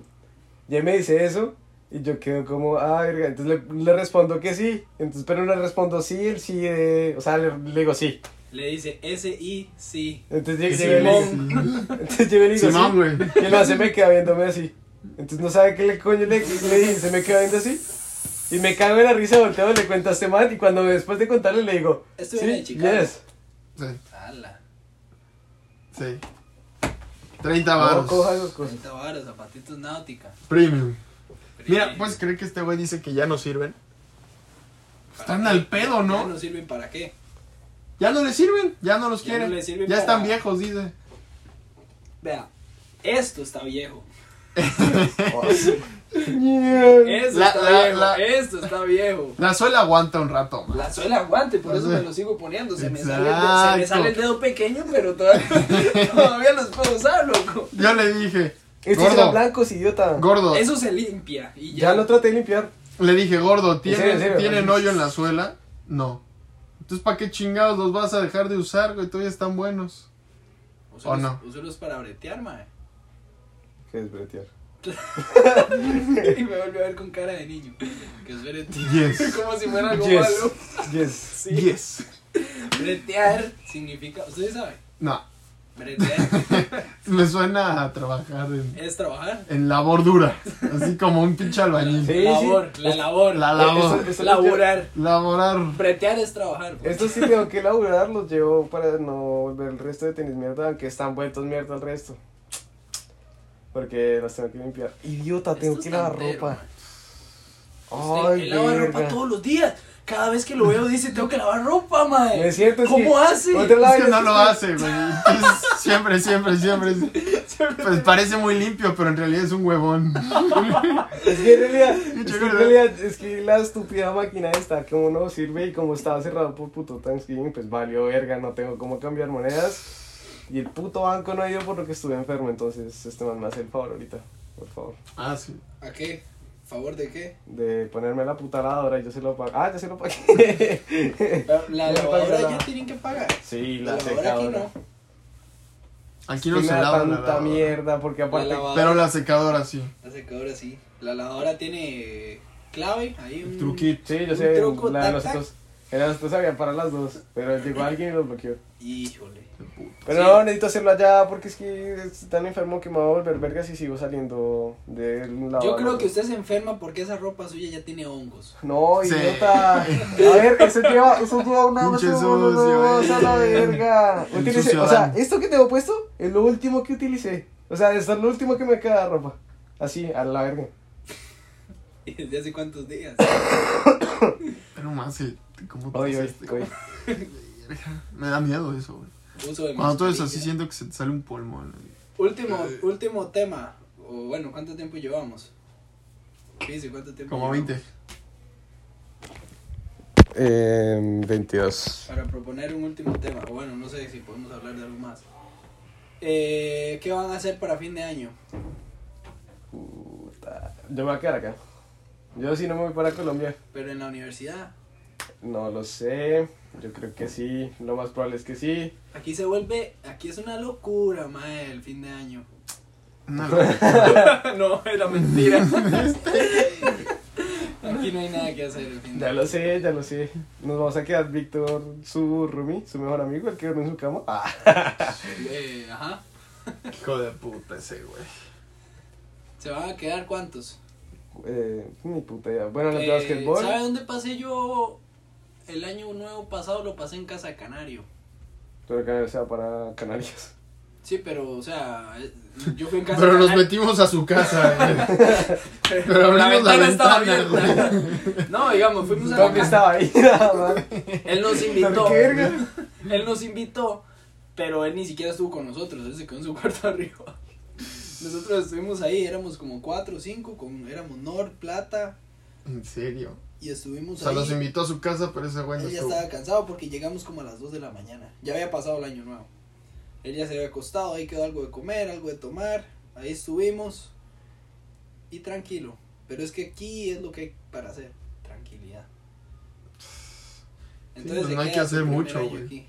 [SPEAKER 2] ya me dice eso y yo quedo como, ah, verga. Entonces le, le respondo que sí. Entonces, pero no le respondo sí, el sí de. O sea, le, le digo sí.
[SPEAKER 1] Le dice S-I-C.
[SPEAKER 2] Entonces llegué
[SPEAKER 3] Sí,
[SPEAKER 2] llegué y le digo-
[SPEAKER 3] Simón.
[SPEAKER 2] entonces llegué y le digo
[SPEAKER 3] Simón,
[SPEAKER 2] sí.
[SPEAKER 3] güey.
[SPEAKER 2] Y lo hace, me queda viéndome así. Entonces no sabe qué le coño le, le dije, se me queda viendo así. Y me cago en la risa, volteo, le cuento a este man. Y cuando después de contarle le digo,
[SPEAKER 1] Esto viene de
[SPEAKER 2] sí,
[SPEAKER 1] Chicago.
[SPEAKER 2] yes.
[SPEAKER 3] Sí,
[SPEAKER 1] Ala.
[SPEAKER 3] sí. 30
[SPEAKER 2] No
[SPEAKER 3] baros.
[SPEAKER 2] coja esas cosas.
[SPEAKER 1] 40 varos, zapatitos náutica.
[SPEAKER 3] Premium. Mira, ¿puedes creer que este güey dice que ya no sirven?
[SPEAKER 1] ¿Para
[SPEAKER 3] Están
[SPEAKER 1] qué?
[SPEAKER 3] al pedo,
[SPEAKER 1] Ya
[SPEAKER 3] ¿no?
[SPEAKER 1] no sirven para qué.
[SPEAKER 3] Ya no le sirven, ya no los
[SPEAKER 1] Ya
[SPEAKER 3] quieren.
[SPEAKER 1] no les sirven
[SPEAKER 3] ya están
[SPEAKER 1] para-
[SPEAKER 3] viejos, dice.
[SPEAKER 1] Vea, esto está viejo.
[SPEAKER 2] Yeah.
[SPEAKER 1] Esto
[SPEAKER 3] La-
[SPEAKER 1] está
[SPEAKER 3] la-
[SPEAKER 1] viejo.
[SPEAKER 3] la-
[SPEAKER 1] Esto está viejo.
[SPEAKER 3] La suela aguanta un rato más.
[SPEAKER 1] La suela aguante, por eso
[SPEAKER 3] O sea,
[SPEAKER 1] me lo sigo poniendo. Se me, sale el de- se me
[SPEAKER 3] exacto.
[SPEAKER 1] sale el dedo pequeño, pero todavía, todavía los puedo usar, loco.
[SPEAKER 3] Yo le dije,
[SPEAKER 2] Estos
[SPEAKER 3] gordo,
[SPEAKER 2] son blancos, idiota.
[SPEAKER 3] gordo,
[SPEAKER 1] Eso se limpia y ya.
[SPEAKER 2] Ya lo traté de limpiar.
[SPEAKER 3] le dije, gordo,
[SPEAKER 2] serio, en
[SPEAKER 3] ¿tienen,
[SPEAKER 2] serio?
[SPEAKER 3] ¿tienen hoyo en la suela? No. Entonces, ¿para qué chingados los vas a dejar de usar, güey? Todavía están buenos.
[SPEAKER 1] Úselos-
[SPEAKER 3] ¿O no?
[SPEAKER 1] úselos para bretear, mae.
[SPEAKER 2] ¿Qué es bretear?
[SPEAKER 1] Y me volvió a ver con cara de niño. Que es bretear.
[SPEAKER 3] Yes.
[SPEAKER 1] Como si fuera algo
[SPEAKER 2] Yes.
[SPEAKER 1] malo.
[SPEAKER 2] Yes.
[SPEAKER 1] Sí.
[SPEAKER 3] Yes.
[SPEAKER 1] Bretear significa. Ustedes saben.
[SPEAKER 3] No,
[SPEAKER 1] Bretear
[SPEAKER 3] me suena a trabajar en,
[SPEAKER 1] es trabajar.
[SPEAKER 3] en labor dura. Así como un pinche albañil.
[SPEAKER 2] Sí, sí.
[SPEAKER 1] labor, la labor.
[SPEAKER 3] La labor.
[SPEAKER 2] Eso- eso-
[SPEAKER 1] laborar.
[SPEAKER 3] Laborar.
[SPEAKER 1] Bretear es trabajar. pues.
[SPEAKER 2] Estos sí tengo que laburarlos yo para no volver el resto de tenis mierda, aunque están vueltos mierda el resto. Porque los tengo que limpiar. Idiota, tengo
[SPEAKER 1] Estos
[SPEAKER 2] que lavar
[SPEAKER 1] tamberos,
[SPEAKER 2] ropa.
[SPEAKER 1] Usted,
[SPEAKER 2] Ay,
[SPEAKER 1] él lava ropa
[SPEAKER 2] verga.
[SPEAKER 1] todos los días. Cada vez que lo veo dice, tengo que lavar ropa, mae.
[SPEAKER 2] No es cierto, es
[SPEAKER 1] ¿Cómo
[SPEAKER 2] que-
[SPEAKER 1] hace?
[SPEAKER 2] Otra la-
[SPEAKER 3] Es que no lo hace, güey. Entonces, Siempre, siempre, siempre. Pues parece muy limpio, pero en realidad es un huevón.
[SPEAKER 2] Es que en realidad, es
[SPEAKER 3] Yo
[SPEAKER 2] que, en
[SPEAKER 3] creo-
[SPEAKER 2] realidad, es que la estúpida máquina esta como no sirve y como estaba cerrado por puto Thanksgiving, pues valió verga, no tengo cómo cambiar monedas. Y el puto banco no ha ido por lo que estuve enfermo, entonces este man me hace el favor ahorita, por favor.
[SPEAKER 3] Ah, sí.
[SPEAKER 1] ¿A qué? ¿Favor de qué?
[SPEAKER 2] De ponerme la puta lavadora y yo se lo pago. Ah, ya se lo pagué.
[SPEAKER 1] La, la
[SPEAKER 2] Ya me
[SPEAKER 1] lavadora
[SPEAKER 2] pasa
[SPEAKER 1] ya
[SPEAKER 2] la-
[SPEAKER 1] tienen que pagar.
[SPEAKER 2] sí,
[SPEAKER 1] La
[SPEAKER 2] la
[SPEAKER 1] lavadora aquí
[SPEAKER 2] secadora.
[SPEAKER 1] no.
[SPEAKER 3] Aquí
[SPEAKER 2] Que
[SPEAKER 3] no
[SPEAKER 2] me
[SPEAKER 3] se
[SPEAKER 2] da
[SPEAKER 3] lava la
[SPEAKER 2] tanta
[SPEAKER 3] lavadora.
[SPEAKER 2] mierda porque aparte...
[SPEAKER 1] La lavadora-
[SPEAKER 3] Pero la secadora sí.
[SPEAKER 1] La secadora sí. La lavadora tiene clave. Ahí un
[SPEAKER 3] Truquito.
[SPEAKER 2] Sí, yo
[SPEAKER 1] Un
[SPEAKER 2] sé,
[SPEAKER 1] truco,
[SPEAKER 2] la de
[SPEAKER 1] tac, tac.
[SPEAKER 2] nosotros, la de nosotros había para las dos, pero llegó alguien y los bloqueó.
[SPEAKER 1] Híjole.
[SPEAKER 2] Pero
[SPEAKER 1] Sí.
[SPEAKER 2] no, necesito hacerlo allá porque es que es tan enfermo que me va a volver vergas si sigo saliendo de un lado.
[SPEAKER 1] Yo
[SPEAKER 2] al
[SPEAKER 1] creo
[SPEAKER 2] otro.
[SPEAKER 1] que usted se enferma porque esa ropa suya ya tiene hongos.
[SPEAKER 2] No,
[SPEAKER 3] Sí.
[SPEAKER 2] idiota. A ver, ese lleva, eso lleva una
[SPEAKER 3] Pinche
[SPEAKER 2] basura,
[SPEAKER 3] sucio,
[SPEAKER 2] no, no, a la
[SPEAKER 3] eh.
[SPEAKER 2] verga.
[SPEAKER 3] El
[SPEAKER 2] Utilicé-
[SPEAKER 3] sucio
[SPEAKER 2] o sea,
[SPEAKER 3] Adán.
[SPEAKER 2] esto que tengo puesto es lo último que utilicé. O sea, esto es lo último que me queda de ropa. Así, a la verga.
[SPEAKER 1] ¿Y ¿Desde hace cuántos días?
[SPEAKER 3] Pero más que. ¿Cómo te
[SPEAKER 2] Hoy, hoy,
[SPEAKER 3] haces?
[SPEAKER 2] hoy.
[SPEAKER 3] Me da miedo eso, güey.
[SPEAKER 1] Uso de
[SPEAKER 3] Cuando tú eres así,
[SPEAKER 1] mascarilla.
[SPEAKER 3] siento que se te sale un polvo. güey.
[SPEAKER 1] Último, último tema. O bueno, ¿cuánto tiempo llevamos? Pizzi, ¿cuánto tiempo
[SPEAKER 3] Como
[SPEAKER 1] llevamos?
[SPEAKER 3] 20.
[SPEAKER 2] Eh, 22.
[SPEAKER 1] Para proponer un último tema. O bueno, no sé si podemos hablar de algo más. Eh, ¿Qué van a hacer para fin de año?
[SPEAKER 2] Puta. Yo me voy a quedar acá. Yo si no me voy para Colombia.
[SPEAKER 1] Pero en la universidad.
[SPEAKER 2] No lo sé. Yo creo que sí. Lo más probable es que sí.
[SPEAKER 1] Aquí se vuelve. Aquí es una locura, mae, el fin de año.
[SPEAKER 3] No,
[SPEAKER 1] no, era mentira. aquí no hay nada que hacer el fin de
[SPEAKER 2] Ya
[SPEAKER 1] año.
[SPEAKER 2] lo sé, ya lo sé. Nos vamos a quedar Víctor, su roomie, su mejor amigo, el que duerme en su cama. Ah.
[SPEAKER 1] Eh, ajá.
[SPEAKER 3] hijo de puta ese, güey.
[SPEAKER 1] ¿Se van a quedar cuántos?
[SPEAKER 2] Eh, ni puta idea. Bueno, los de
[SPEAKER 1] Eh,
[SPEAKER 2] básquetbol.
[SPEAKER 1] ¿Sabe dónde pasé yo? El año nuevo pasado lo pasé en Casa de Canario.
[SPEAKER 2] Pero que sea para Canarias.
[SPEAKER 1] Sí, pero, o sea, eh, yo fui en Casa
[SPEAKER 3] Pero
[SPEAKER 1] de
[SPEAKER 3] nos
[SPEAKER 1] Canario.
[SPEAKER 3] metimos a su casa, güey. Pero abrimos la ventana,
[SPEAKER 1] abierta. No, digamos, fuimos a la
[SPEAKER 2] Todo que
[SPEAKER 1] casa.
[SPEAKER 2] estaba ahí, nada más.
[SPEAKER 1] Él nos invitó.
[SPEAKER 2] ¿Qué verga?
[SPEAKER 1] Él nos invitó, pero él ni siquiera estuvo con nosotros, él se quedó en su cuarto arriba. Nosotros estuvimos ahí, éramos como cuatro o cinco, con, éramos Nor, Plata,
[SPEAKER 3] En serio.
[SPEAKER 1] y
[SPEAKER 3] O
[SPEAKER 1] estuvimos
[SPEAKER 3] sea,
[SPEAKER 1] ahí.
[SPEAKER 3] los invitó a su casa, pero ese güey no
[SPEAKER 1] Él ya
[SPEAKER 3] estuvo.
[SPEAKER 1] estaba cansado porque llegamos como a las 2 de la mañana. Ya había pasado el año nuevo. Él ya se había acostado, ahí quedó algo de comer, algo de tomar. Ahí estuvimos. Y tranquilo. Pero es que aquí es lo que hay para hacer. Tranquilidad.
[SPEAKER 3] Sí, pues
[SPEAKER 1] se
[SPEAKER 3] no hay que
[SPEAKER 1] queda
[SPEAKER 3] hacer
[SPEAKER 1] su primer
[SPEAKER 3] mucho,
[SPEAKER 1] año
[SPEAKER 3] güey.
[SPEAKER 1] aquí.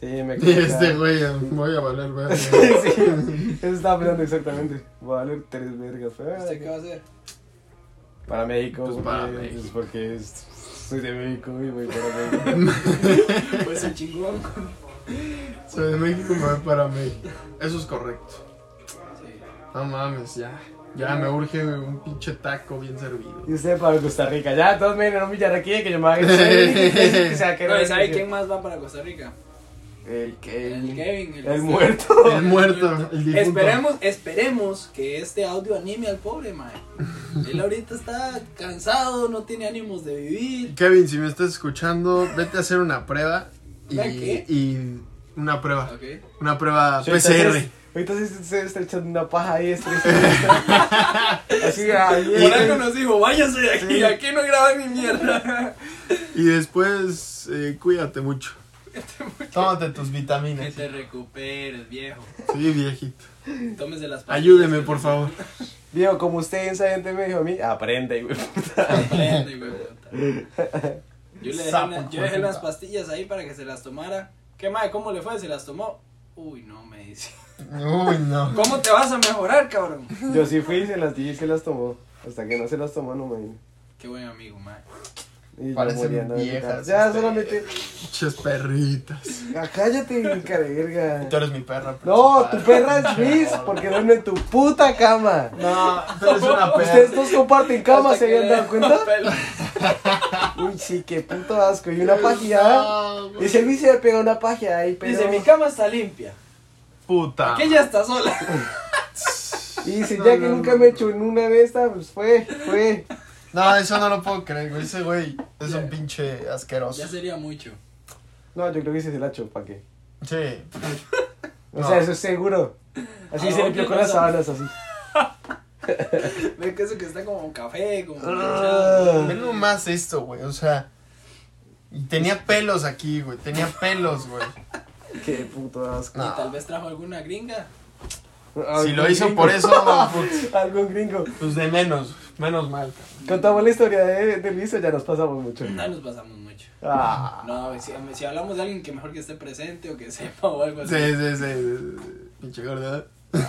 [SPEAKER 2] Sí, me
[SPEAKER 3] Y
[SPEAKER 2] quedé acá.
[SPEAKER 3] este güey, voy a valer, güey.
[SPEAKER 2] Sí, eso estaba pensando exactamente. Va a valer tres vergas. pero-
[SPEAKER 1] ¿Usted qué va a hacer?
[SPEAKER 2] Para México.
[SPEAKER 3] Pues
[SPEAKER 2] porque,
[SPEAKER 3] para México.
[SPEAKER 2] pues porque es- soy de México y voy para México.
[SPEAKER 1] Pues el chingón.
[SPEAKER 3] Soy de México y me voy para México. Eso es correcto.
[SPEAKER 1] Sí.
[SPEAKER 3] No mames, ya. Ya me urge un pinche taco bien servido.
[SPEAKER 2] Y usted para Costa Rica. Ya, todos me vinieron a humillar aquí, que yo me haga que sea que
[SPEAKER 1] No, ¿y ¿Sabe quién más va para Costa Rica?
[SPEAKER 2] El que
[SPEAKER 1] El Kevin. El, este.
[SPEAKER 2] El muerto.
[SPEAKER 3] El muerto, el difunto.
[SPEAKER 1] Esperemos, esperemos que este audio anime al pobre, mae. Él ahorita está cansado, no tiene ánimos de vivir.
[SPEAKER 3] Kevin, si me estás escuchando, vete a hacer una prueba. Y,
[SPEAKER 1] ¿Una qué?
[SPEAKER 3] y una prueba.
[SPEAKER 1] Ok.
[SPEAKER 3] Una prueba
[SPEAKER 2] Ahorita
[SPEAKER 3] PCR.
[SPEAKER 2] sí- Ahorita sí se- se está echando una paja ahí, este. Así, ahí.
[SPEAKER 1] Por algo nos dijo, váyanse de aquí, aquí no graban ni mierda.
[SPEAKER 3] Y después, eh, cuídate mucho. Tómate tus
[SPEAKER 1] Que
[SPEAKER 3] vitaminas.
[SPEAKER 1] te recuperes, viejo.
[SPEAKER 3] Sí, viejito.
[SPEAKER 1] Tómese las pastillas.
[SPEAKER 3] Ayúdeme, por favor.
[SPEAKER 2] Digo, como usted en esa gente me dijo a mí, aprende, güey.
[SPEAKER 1] Aprende, güey, puta. Yo le dejé,
[SPEAKER 3] Sapo,
[SPEAKER 1] una-
[SPEAKER 3] hijo
[SPEAKER 1] yo
[SPEAKER 3] de
[SPEAKER 1] dejé las
[SPEAKER 3] puta.
[SPEAKER 1] pastillas ahí para que se las tomara. ¿Qué mae? ¿Cómo le fue? ¿Se las tomó? Uy, no, me dice.
[SPEAKER 3] Uy, no.
[SPEAKER 1] ¿Cómo te vas a mejorar, cabrón?
[SPEAKER 2] Yo sí fui y se las di y se las tomó. Hasta que no se las tomó, no me vine.
[SPEAKER 1] Qué buen amigo, man.
[SPEAKER 2] Y yo
[SPEAKER 3] Parecen
[SPEAKER 2] muriendo de mi cara.
[SPEAKER 3] viejas,
[SPEAKER 2] Ya,
[SPEAKER 3] este.
[SPEAKER 2] solamente.
[SPEAKER 3] Muchas perritas.
[SPEAKER 2] Ah, cállate, cara de verga.
[SPEAKER 3] Tú eres mi perra.
[SPEAKER 2] No, tu
[SPEAKER 3] principal.
[SPEAKER 2] perra es Luis porque duerme en tu puta cama.
[SPEAKER 3] No, tú eres una perra.
[SPEAKER 2] Ustedes dos comparten cama,
[SPEAKER 1] Hasta
[SPEAKER 2] ¿se
[SPEAKER 1] que
[SPEAKER 2] habían
[SPEAKER 1] le-
[SPEAKER 2] dado cuenta?
[SPEAKER 1] Pelo.
[SPEAKER 2] Uy, sí, qué puto asco. Y una pajeada.
[SPEAKER 3] No, güey.
[SPEAKER 2] Y si Luis se le pega una pajeada ahí, pero.
[SPEAKER 1] Dice, mi cama está limpia.
[SPEAKER 3] puta.
[SPEAKER 1] Que ella está sola.
[SPEAKER 2] Y dice,
[SPEAKER 3] No,
[SPEAKER 2] ya que
[SPEAKER 3] no,
[SPEAKER 2] nunca
[SPEAKER 3] no,
[SPEAKER 2] me
[SPEAKER 3] no.
[SPEAKER 2] echó en una de estas, pues fue, fue.
[SPEAKER 3] No, eso no lo puedo creer, güey. Ese güey es
[SPEAKER 1] Ya.
[SPEAKER 3] un pinche asqueroso.
[SPEAKER 1] Ya sería mucho.
[SPEAKER 2] No, yo creo que sí se la echó, ¿para qué?
[SPEAKER 3] Sí.
[SPEAKER 2] O
[SPEAKER 3] No.
[SPEAKER 2] sea, eso es seguro. Así
[SPEAKER 1] ¿A
[SPEAKER 2] se
[SPEAKER 1] dónde
[SPEAKER 2] limpió con
[SPEAKER 1] nos
[SPEAKER 2] las sábanas, así.
[SPEAKER 1] Ve que eso que está como café, como...
[SPEAKER 2] Ah.
[SPEAKER 3] Ve nomás esto, güey. O sea. Y tenía pelos aquí, güey. Tenía pelos, güey.
[SPEAKER 2] Qué puto asco.
[SPEAKER 3] Ah.
[SPEAKER 1] Y tal vez trajo alguna gringa.
[SPEAKER 3] Si
[SPEAKER 2] Algún
[SPEAKER 3] lo hizo
[SPEAKER 2] gringo.
[SPEAKER 3] por eso, put-
[SPEAKER 2] Algún gringo.
[SPEAKER 3] pues de menos. Menos mal, cabrón.
[SPEAKER 2] Contamos la historia de, de Luis o ya nos pasamos mucho.
[SPEAKER 1] No nos pasamos mucho.
[SPEAKER 2] Ah.
[SPEAKER 1] No, si, si hablamos de alguien que mejor que esté presente o que sepa o algo así.
[SPEAKER 3] Sí, sí, sí, sí, sí. Pinche gorda.
[SPEAKER 1] Te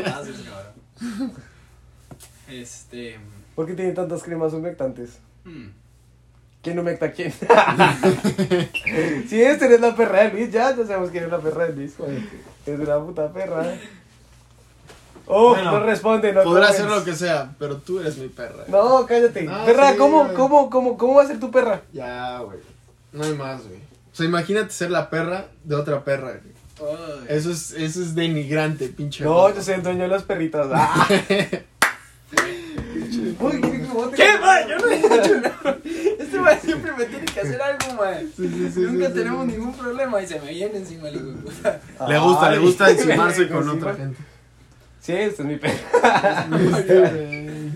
[SPEAKER 1] pases, cabrón. Este...
[SPEAKER 2] ¿Por qué tiene tantas cremas humectantes?
[SPEAKER 1] hmm.
[SPEAKER 2] ¿Quién humecta a quién? si este eres la perra de Luis, ya, ya sabemos quién es la perra de Luis. güey. Es una puta perra. Oh,
[SPEAKER 3] Bueno,
[SPEAKER 2] no responde, no
[SPEAKER 3] Podrá hacer
[SPEAKER 2] comments.
[SPEAKER 3] lo que sea, pero tú eres mi perra. güey.
[SPEAKER 2] No, cállate.
[SPEAKER 3] Ah,
[SPEAKER 2] perra,
[SPEAKER 3] sí,
[SPEAKER 2] ¿cómo,
[SPEAKER 3] güey.
[SPEAKER 2] cómo, cómo, cómo va a ser tu perra?
[SPEAKER 3] Ya, güey. No hay más, güey. O sea, imagínate ser la perra de otra perra, güey.
[SPEAKER 1] Ay.
[SPEAKER 3] Eso es, eso es denigrante, pinche.
[SPEAKER 2] No, yo soy el dueño de las perritas. Ah. Uy, qué rico,
[SPEAKER 1] ¿Qué, man? Yo no he hecho nada. Este man siempre me tiene que hacer algo, man.
[SPEAKER 3] Sí, sí, sí,
[SPEAKER 1] Nunca
[SPEAKER 3] sí, sí,
[SPEAKER 1] tenemos
[SPEAKER 3] sí.
[SPEAKER 1] ningún problema y se me viene encima el hijo de puta.
[SPEAKER 3] Le gusta, le
[SPEAKER 2] Ay,
[SPEAKER 3] gusta encimarse con
[SPEAKER 2] encima.
[SPEAKER 3] otra gente.
[SPEAKER 2] Sí, esta es mi perra.
[SPEAKER 3] Este,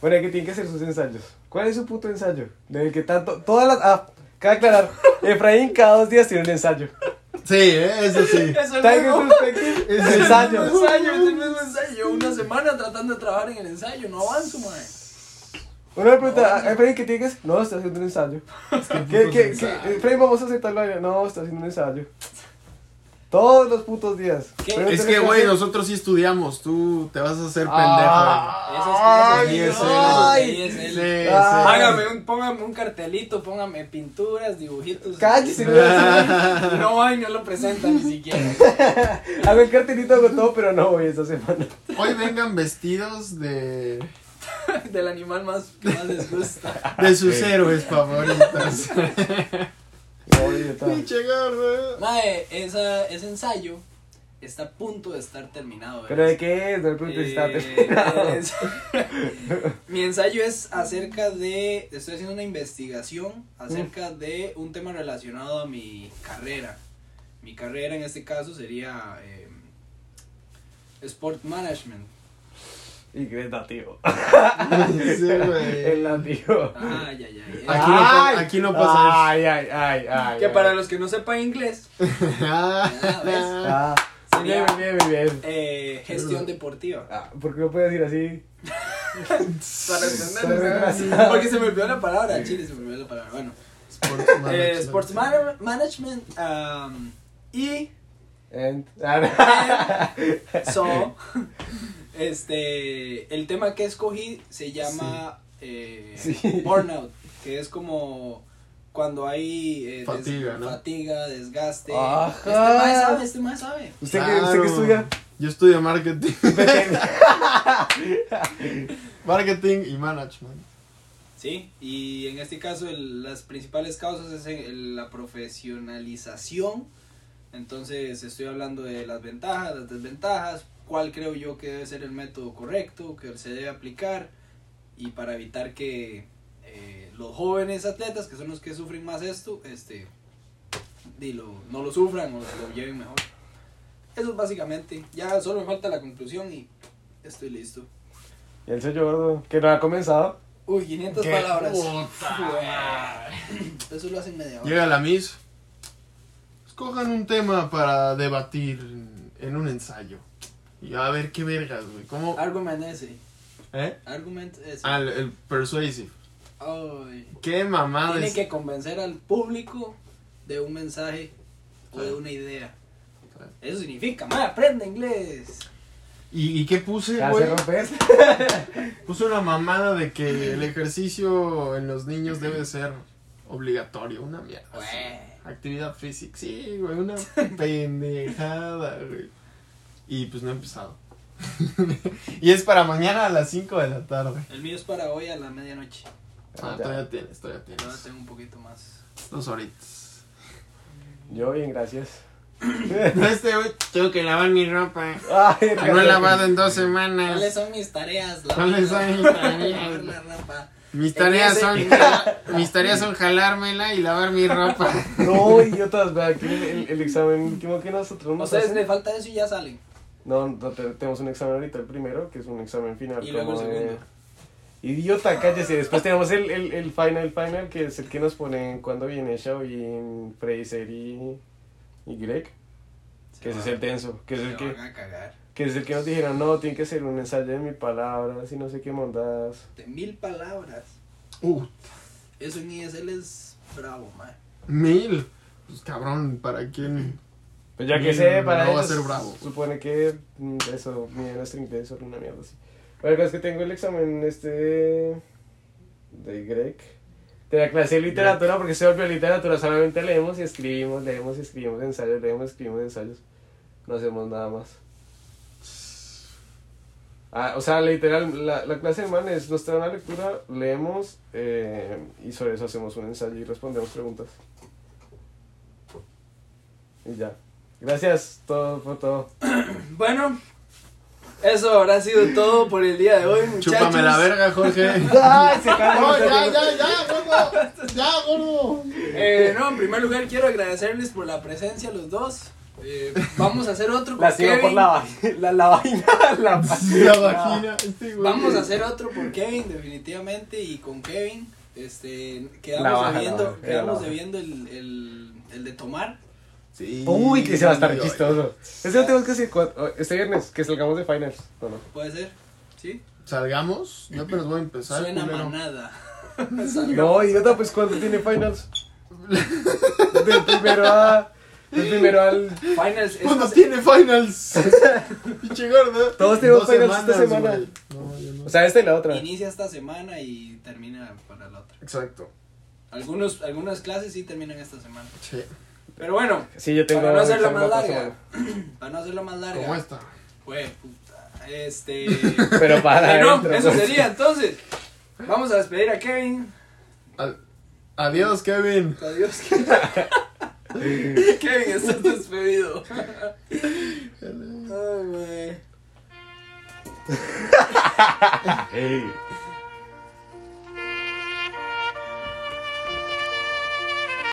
[SPEAKER 2] Bueno, ¿qué tienen que hacer sus ensayos? ¿Cuál es su puto ensayo? Del que tanto. Todas las. Ah, cabe aclarar. Efraín cada dos días tiene un ensayo.
[SPEAKER 3] Sí, eh, eso sí.
[SPEAKER 1] Eso es
[SPEAKER 2] Tiger
[SPEAKER 1] nuevo.
[SPEAKER 2] Perspective
[SPEAKER 3] Es
[SPEAKER 2] es
[SPEAKER 3] el
[SPEAKER 1] El
[SPEAKER 2] ensayo.
[SPEAKER 1] ensayo, es el mismo ensayo. Llevo Una semana tratando de trabajar en el ensayo, no avanzo, man.
[SPEAKER 2] Uno le pregunta, ah, Efraín, ¿qué tienes? No, está haciendo un ensayo. ¿Qué,
[SPEAKER 3] putos
[SPEAKER 2] qué,
[SPEAKER 3] ensayos.
[SPEAKER 2] qué? Efraín, vamos a aceptarlo. No, está haciendo un ensayo. Todos los putos días.
[SPEAKER 1] ¿Qué?
[SPEAKER 2] Pero
[SPEAKER 3] Es
[SPEAKER 2] tienes
[SPEAKER 3] que, güey,
[SPEAKER 2] hacer-
[SPEAKER 3] nosotros sí estudiamos. Tú te vas a hacer pendejo.
[SPEAKER 1] Ah,
[SPEAKER 3] güey.
[SPEAKER 1] Ay,
[SPEAKER 3] Sí,
[SPEAKER 1] eso
[SPEAKER 3] es
[SPEAKER 1] es
[SPEAKER 3] él,
[SPEAKER 1] ay,
[SPEAKER 3] güey.
[SPEAKER 1] es
[SPEAKER 3] Sí,
[SPEAKER 1] él.
[SPEAKER 3] sí.
[SPEAKER 2] Ah.
[SPEAKER 1] Hágame un, póngame un cartelito, póngame pinturas, dibujitos.
[SPEAKER 2] Cállese,
[SPEAKER 1] No hay, no lo presentan ni siquiera.
[SPEAKER 2] Hago el cartelito con todo, pero no voy esta semana.
[SPEAKER 3] Hoy vengan vestidos de,
[SPEAKER 1] Del animal más que más les gusta.
[SPEAKER 3] de sus héroes favoritos.
[SPEAKER 2] No, idiota.
[SPEAKER 3] Pinche gordo.
[SPEAKER 1] Mae, esa, ese ensayo está a punto de estar terminado. ¿verdad?
[SPEAKER 2] ¿Pero de qué es? No le preguntes si está terminado.
[SPEAKER 1] Eh, es- mi ensayo es acerca de, estoy haciendo una investigación acerca de un tema relacionado a mi carrera. Mi carrera en este caso sería eh, Sport Management.
[SPEAKER 2] Y que es nativo.
[SPEAKER 3] Sí,
[SPEAKER 2] El
[SPEAKER 3] güey.
[SPEAKER 2] nativo.
[SPEAKER 1] Ay, ay, ay.
[SPEAKER 3] Aquí no pa- aquí no pasa
[SPEAKER 2] Ay, ay, ay, ay.
[SPEAKER 1] que
[SPEAKER 2] ay.
[SPEAKER 1] para los que no sepan inglés, Ah,
[SPEAKER 2] Ah,
[SPEAKER 1] Sería-
[SPEAKER 2] bien, bien, bien, bien.
[SPEAKER 1] eh, gestión deportiva.
[SPEAKER 2] Ah, ¿Por qué no puedes decir así?
[SPEAKER 1] Para
[SPEAKER 2] Está
[SPEAKER 1] entender,
[SPEAKER 2] retrasado.
[SPEAKER 1] porque se me olvidó la palabra, chile, se me olvidó la palabra. Bueno,
[SPEAKER 3] Sports
[SPEAKER 1] eh,
[SPEAKER 3] management.
[SPEAKER 1] Sports Man- Management um, y
[SPEAKER 2] And- ah,
[SPEAKER 1] So, este, el tema que escogí se llama eh,
[SPEAKER 2] Sí.
[SPEAKER 1] burnout, que es como cuando hay eh, des-
[SPEAKER 3] Fatiga, ¿no?
[SPEAKER 1] fatiga, desgaste.
[SPEAKER 2] Ajá.
[SPEAKER 1] Este mae sabe, este mae sabe.
[SPEAKER 2] ¿Usted, que, ¿Usted
[SPEAKER 3] Claro.
[SPEAKER 2] que estudia?
[SPEAKER 3] Yo estudio marketing. marketing y management.
[SPEAKER 1] Sí, y en este caso el- las principales causas es el- la profesionalización. Entonces estoy hablando de las ventajas, las desventajas, cuál creo yo que debe ser el método correcto, que se debe aplicar y para evitar que eh, los jóvenes atletas, que son los que sufren más esto, este, di, lo- no lo sufran o lo lleven mejor. Eso es básicamente, ya solo me falta la conclusión y estoy listo.
[SPEAKER 2] Y el sueño gordo, que no ha comenzado.
[SPEAKER 1] Uy, 500
[SPEAKER 3] Qué
[SPEAKER 1] palabras.
[SPEAKER 3] puta
[SPEAKER 1] Fue- Eso lo hacen media hora.
[SPEAKER 3] Llega la Miss. Escojan un tema para debatir en- en un ensayo. Y a ver qué vergas, güey. ¿Cómo?
[SPEAKER 1] Argument ese.
[SPEAKER 3] ¿Eh?
[SPEAKER 1] Argument ese.
[SPEAKER 3] Ah, el, el persuasive.
[SPEAKER 1] Ay.
[SPEAKER 3] ¿Qué mamada
[SPEAKER 1] Tiene
[SPEAKER 3] Ah, es? Ah.
[SPEAKER 1] que convencer al público de un mensaje o de una idea. Eso significa, madre, aprenda inglés.
[SPEAKER 3] ¿Y, y qué puse,
[SPEAKER 2] Ya
[SPEAKER 3] güey?
[SPEAKER 2] se rompes.
[SPEAKER 3] Puse una mamada de que el ejercicio en los niños debe ser obligatorio, una mierda. así.
[SPEAKER 1] Güey.
[SPEAKER 3] Actividad física, sí, güey, una pendejada, güey. Y pues no he empezado. y es para mañana a las 5 de la tarde.
[SPEAKER 1] El mío es para hoy a la medianoche.
[SPEAKER 3] Ah, todavía tienes, todavía
[SPEAKER 1] Ahora
[SPEAKER 3] tienes.
[SPEAKER 1] tengo un poquito más.
[SPEAKER 3] Dos horitas.
[SPEAKER 2] Yo bien, gracias.
[SPEAKER 3] Este, güey, tengo que lavar mi ropa.
[SPEAKER 2] Ay,
[SPEAKER 3] No he lavado en dos semanas.
[SPEAKER 1] ¿Cuáles son mis tareas? La
[SPEAKER 3] Ah. ¿Cuáles
[SPEAKER 1] verdad?
[SPEAKER 3] son mis tareas?
[SPEAKER 1] La ropa.
[SPEAKER 3] Mis tareas son mis tareas son jalármela y lavar mi ropa.
[SPEAKER 2] No, idiotas, vea, aquí el, el- el examen último que nosotros nos
[SPEAKER 1] Ustedes
[SPEAKER 2] hacen-
[SPEAKER 1] le falta eso y ya salen.
[SPEAKER 2] No, no, te- tenemos un examen ahorita, el primero, que es un examen final.
[SPEAKER 1] Y luego el
[SPEAKER 2] como de-
[SPEAKER 1] segundo.
[SPEAKER 2] Idiota, cállese. Después tenemos el, el, el final, final, que es el que nos ponen cuando viene Shaolin, Fraser y, y Greg. Que ese es el tenso, que es el
[SPEAKER 1] Se
[SPEAKER 2] que,
[SPEAKER 1] van a cagar.
[SPEAKER 2] que es el que nos dijeron, no, tiene que ser un ensayo de mil palabras y no sé qué mondas.
[SPEAKER 1] De mil palabras.
[SPEAKER 3] Uh,
[SPEAKER 1] Eso en ISL es bravo, madre.
[SPEAKER 3] mil. Pues cabrón, ¿para quién?
[SPEAKER 2] Pues ya que
[SPEAKER 3] Mil,
[SPEAKER 2] sé, para
[SPEAKER 3] no va a
[SPEAKER 2] ellos,
[SPEAKER 3] ser bravo.
[SPEAKER 2] supone que mm, eso, mide nuestro inglés sobre una mierda así. Bueno, la cosa es que tengo el examen este de Greg, de la clase de literatura, porque se volvió literatura, solamente leemos y escribimos, leemos y escribimos ensayos, leemos, escribimos ensayos, no hacemos nada más. Ah, o sea, literal, la, la clase de man es, nos trae una lectura, leemos eh, y sobre eso hacemos un ensayo y respondemos preguntas. Y ya. Gracias todo, por todo.
[SPEAKER 1] Bueno, eso habrá sido todo por el día de hoy, muchachos.
[SPEAKER 3] Chúpame la verga, Jorge.
[SPEAKER 2] ¡Ay, se
[SPEAKER 3] No, ya, ya, ya, gordo. Ya, gordo.
[SPEAKER 1] Eh, no, en primer lugar quiero agradecerles por la presencia los dos. Eh, vamos a hacer otro con
[SPEAKER 2] La sigo
[SPEAKER 1] Kevin.
[SPEAKER 2] por la, va- la, la vagina. La,
[SPEAKER 3] La vagina. Este güey.
[SPEAKER 1] Vamos a hacer otro por Kevin, definitivamente, y con Kevin, este, quedamos
[SPEAKER 2] La baja, la
[SPEAKER 1] debiendo,
[SPEAKER 2] baja, la
[SPEAKER 1] quedamos
[SPEAKER 2] baja.
[SPEAKER 1] debiendo el, el, el de tomar.
[SPEAKER 3] Sí.
[SPEAKER 2] Uy, que se va a estar
[SPEAKER 3] Ay,
[SPEAKER 2] chistoso. Este lo tenemos que hacer cuatro- este viernes, que salgamos de finals. No, no.
[SPEAKER 1] Puede ser, ¿sí?
[SPEAKER 3] Salgamos. Yo apenas voy a empezar.
[SPEAKER 1] Suena
[SPEAKER 3] culero.
[SPEAKER 1] manada.
[SPEAKER 2] No, idiota, pues ¿cuánto tiene finals? Del primero a... Del primero al...
[SPEAKER 1] Finals, esta
[SPEAKER 3] ¿Cuándo
[SPEAKER 1] se-
[SPEAKER 3] tiene finals? Pinche gordo.
[SPEAKER 2] Todos tenemos
[SPEAKER 3] Dos
[SPEAKER 2] finals esta
[SPEAKER 3] semanas,
[SPEAKER 2] semana.
[SPEAKER 3] güey. No, yo no.
[SPEAKER 2] O sea, esta y la otra.
[SPEAKER 1] inicia esta semana y termina para la otra.
[SPEAKER 3] Exacto.
[SPEAKER 1] Algunos, algunas clases sí terminan esta semana.
[SPEAKER 3] Sí.
[SPEAKER 1] Pero bueno,
[SPEAKER 2] Sí, yo tengo...
[SPEAKER 1] para no hacerla
[SPEAKER 2] examen
[SPEAKER 1] más
[SPEAKER 2] la otra
[SPEAKER 1] larga,
[SPEAKER 2] semana.
[SPEAKER 1] para no hacerla más larga,
[SPEAKER 3] ¿Cómo
[SPEAKER 2] este.
[SPEAKER 3] está?
[SPEAKER 1] Jue puta, este...
[SPEAKER 2] Pero para...
[SPEAKER 1] Bueno,
[SPEAKER 2] adentro,
[SPEAKER 1] eso
[SPEAKER 2] pues.
[SPEAKER 1] sería entonces. Vamos a despedir a Kevin.
[SPEAKER 3] Al- Adiós, Kevin.
[SPEAKER 1] Adiós. Kevin, estás despedido. Ay, güey.
[SPEAKER 2] Ey.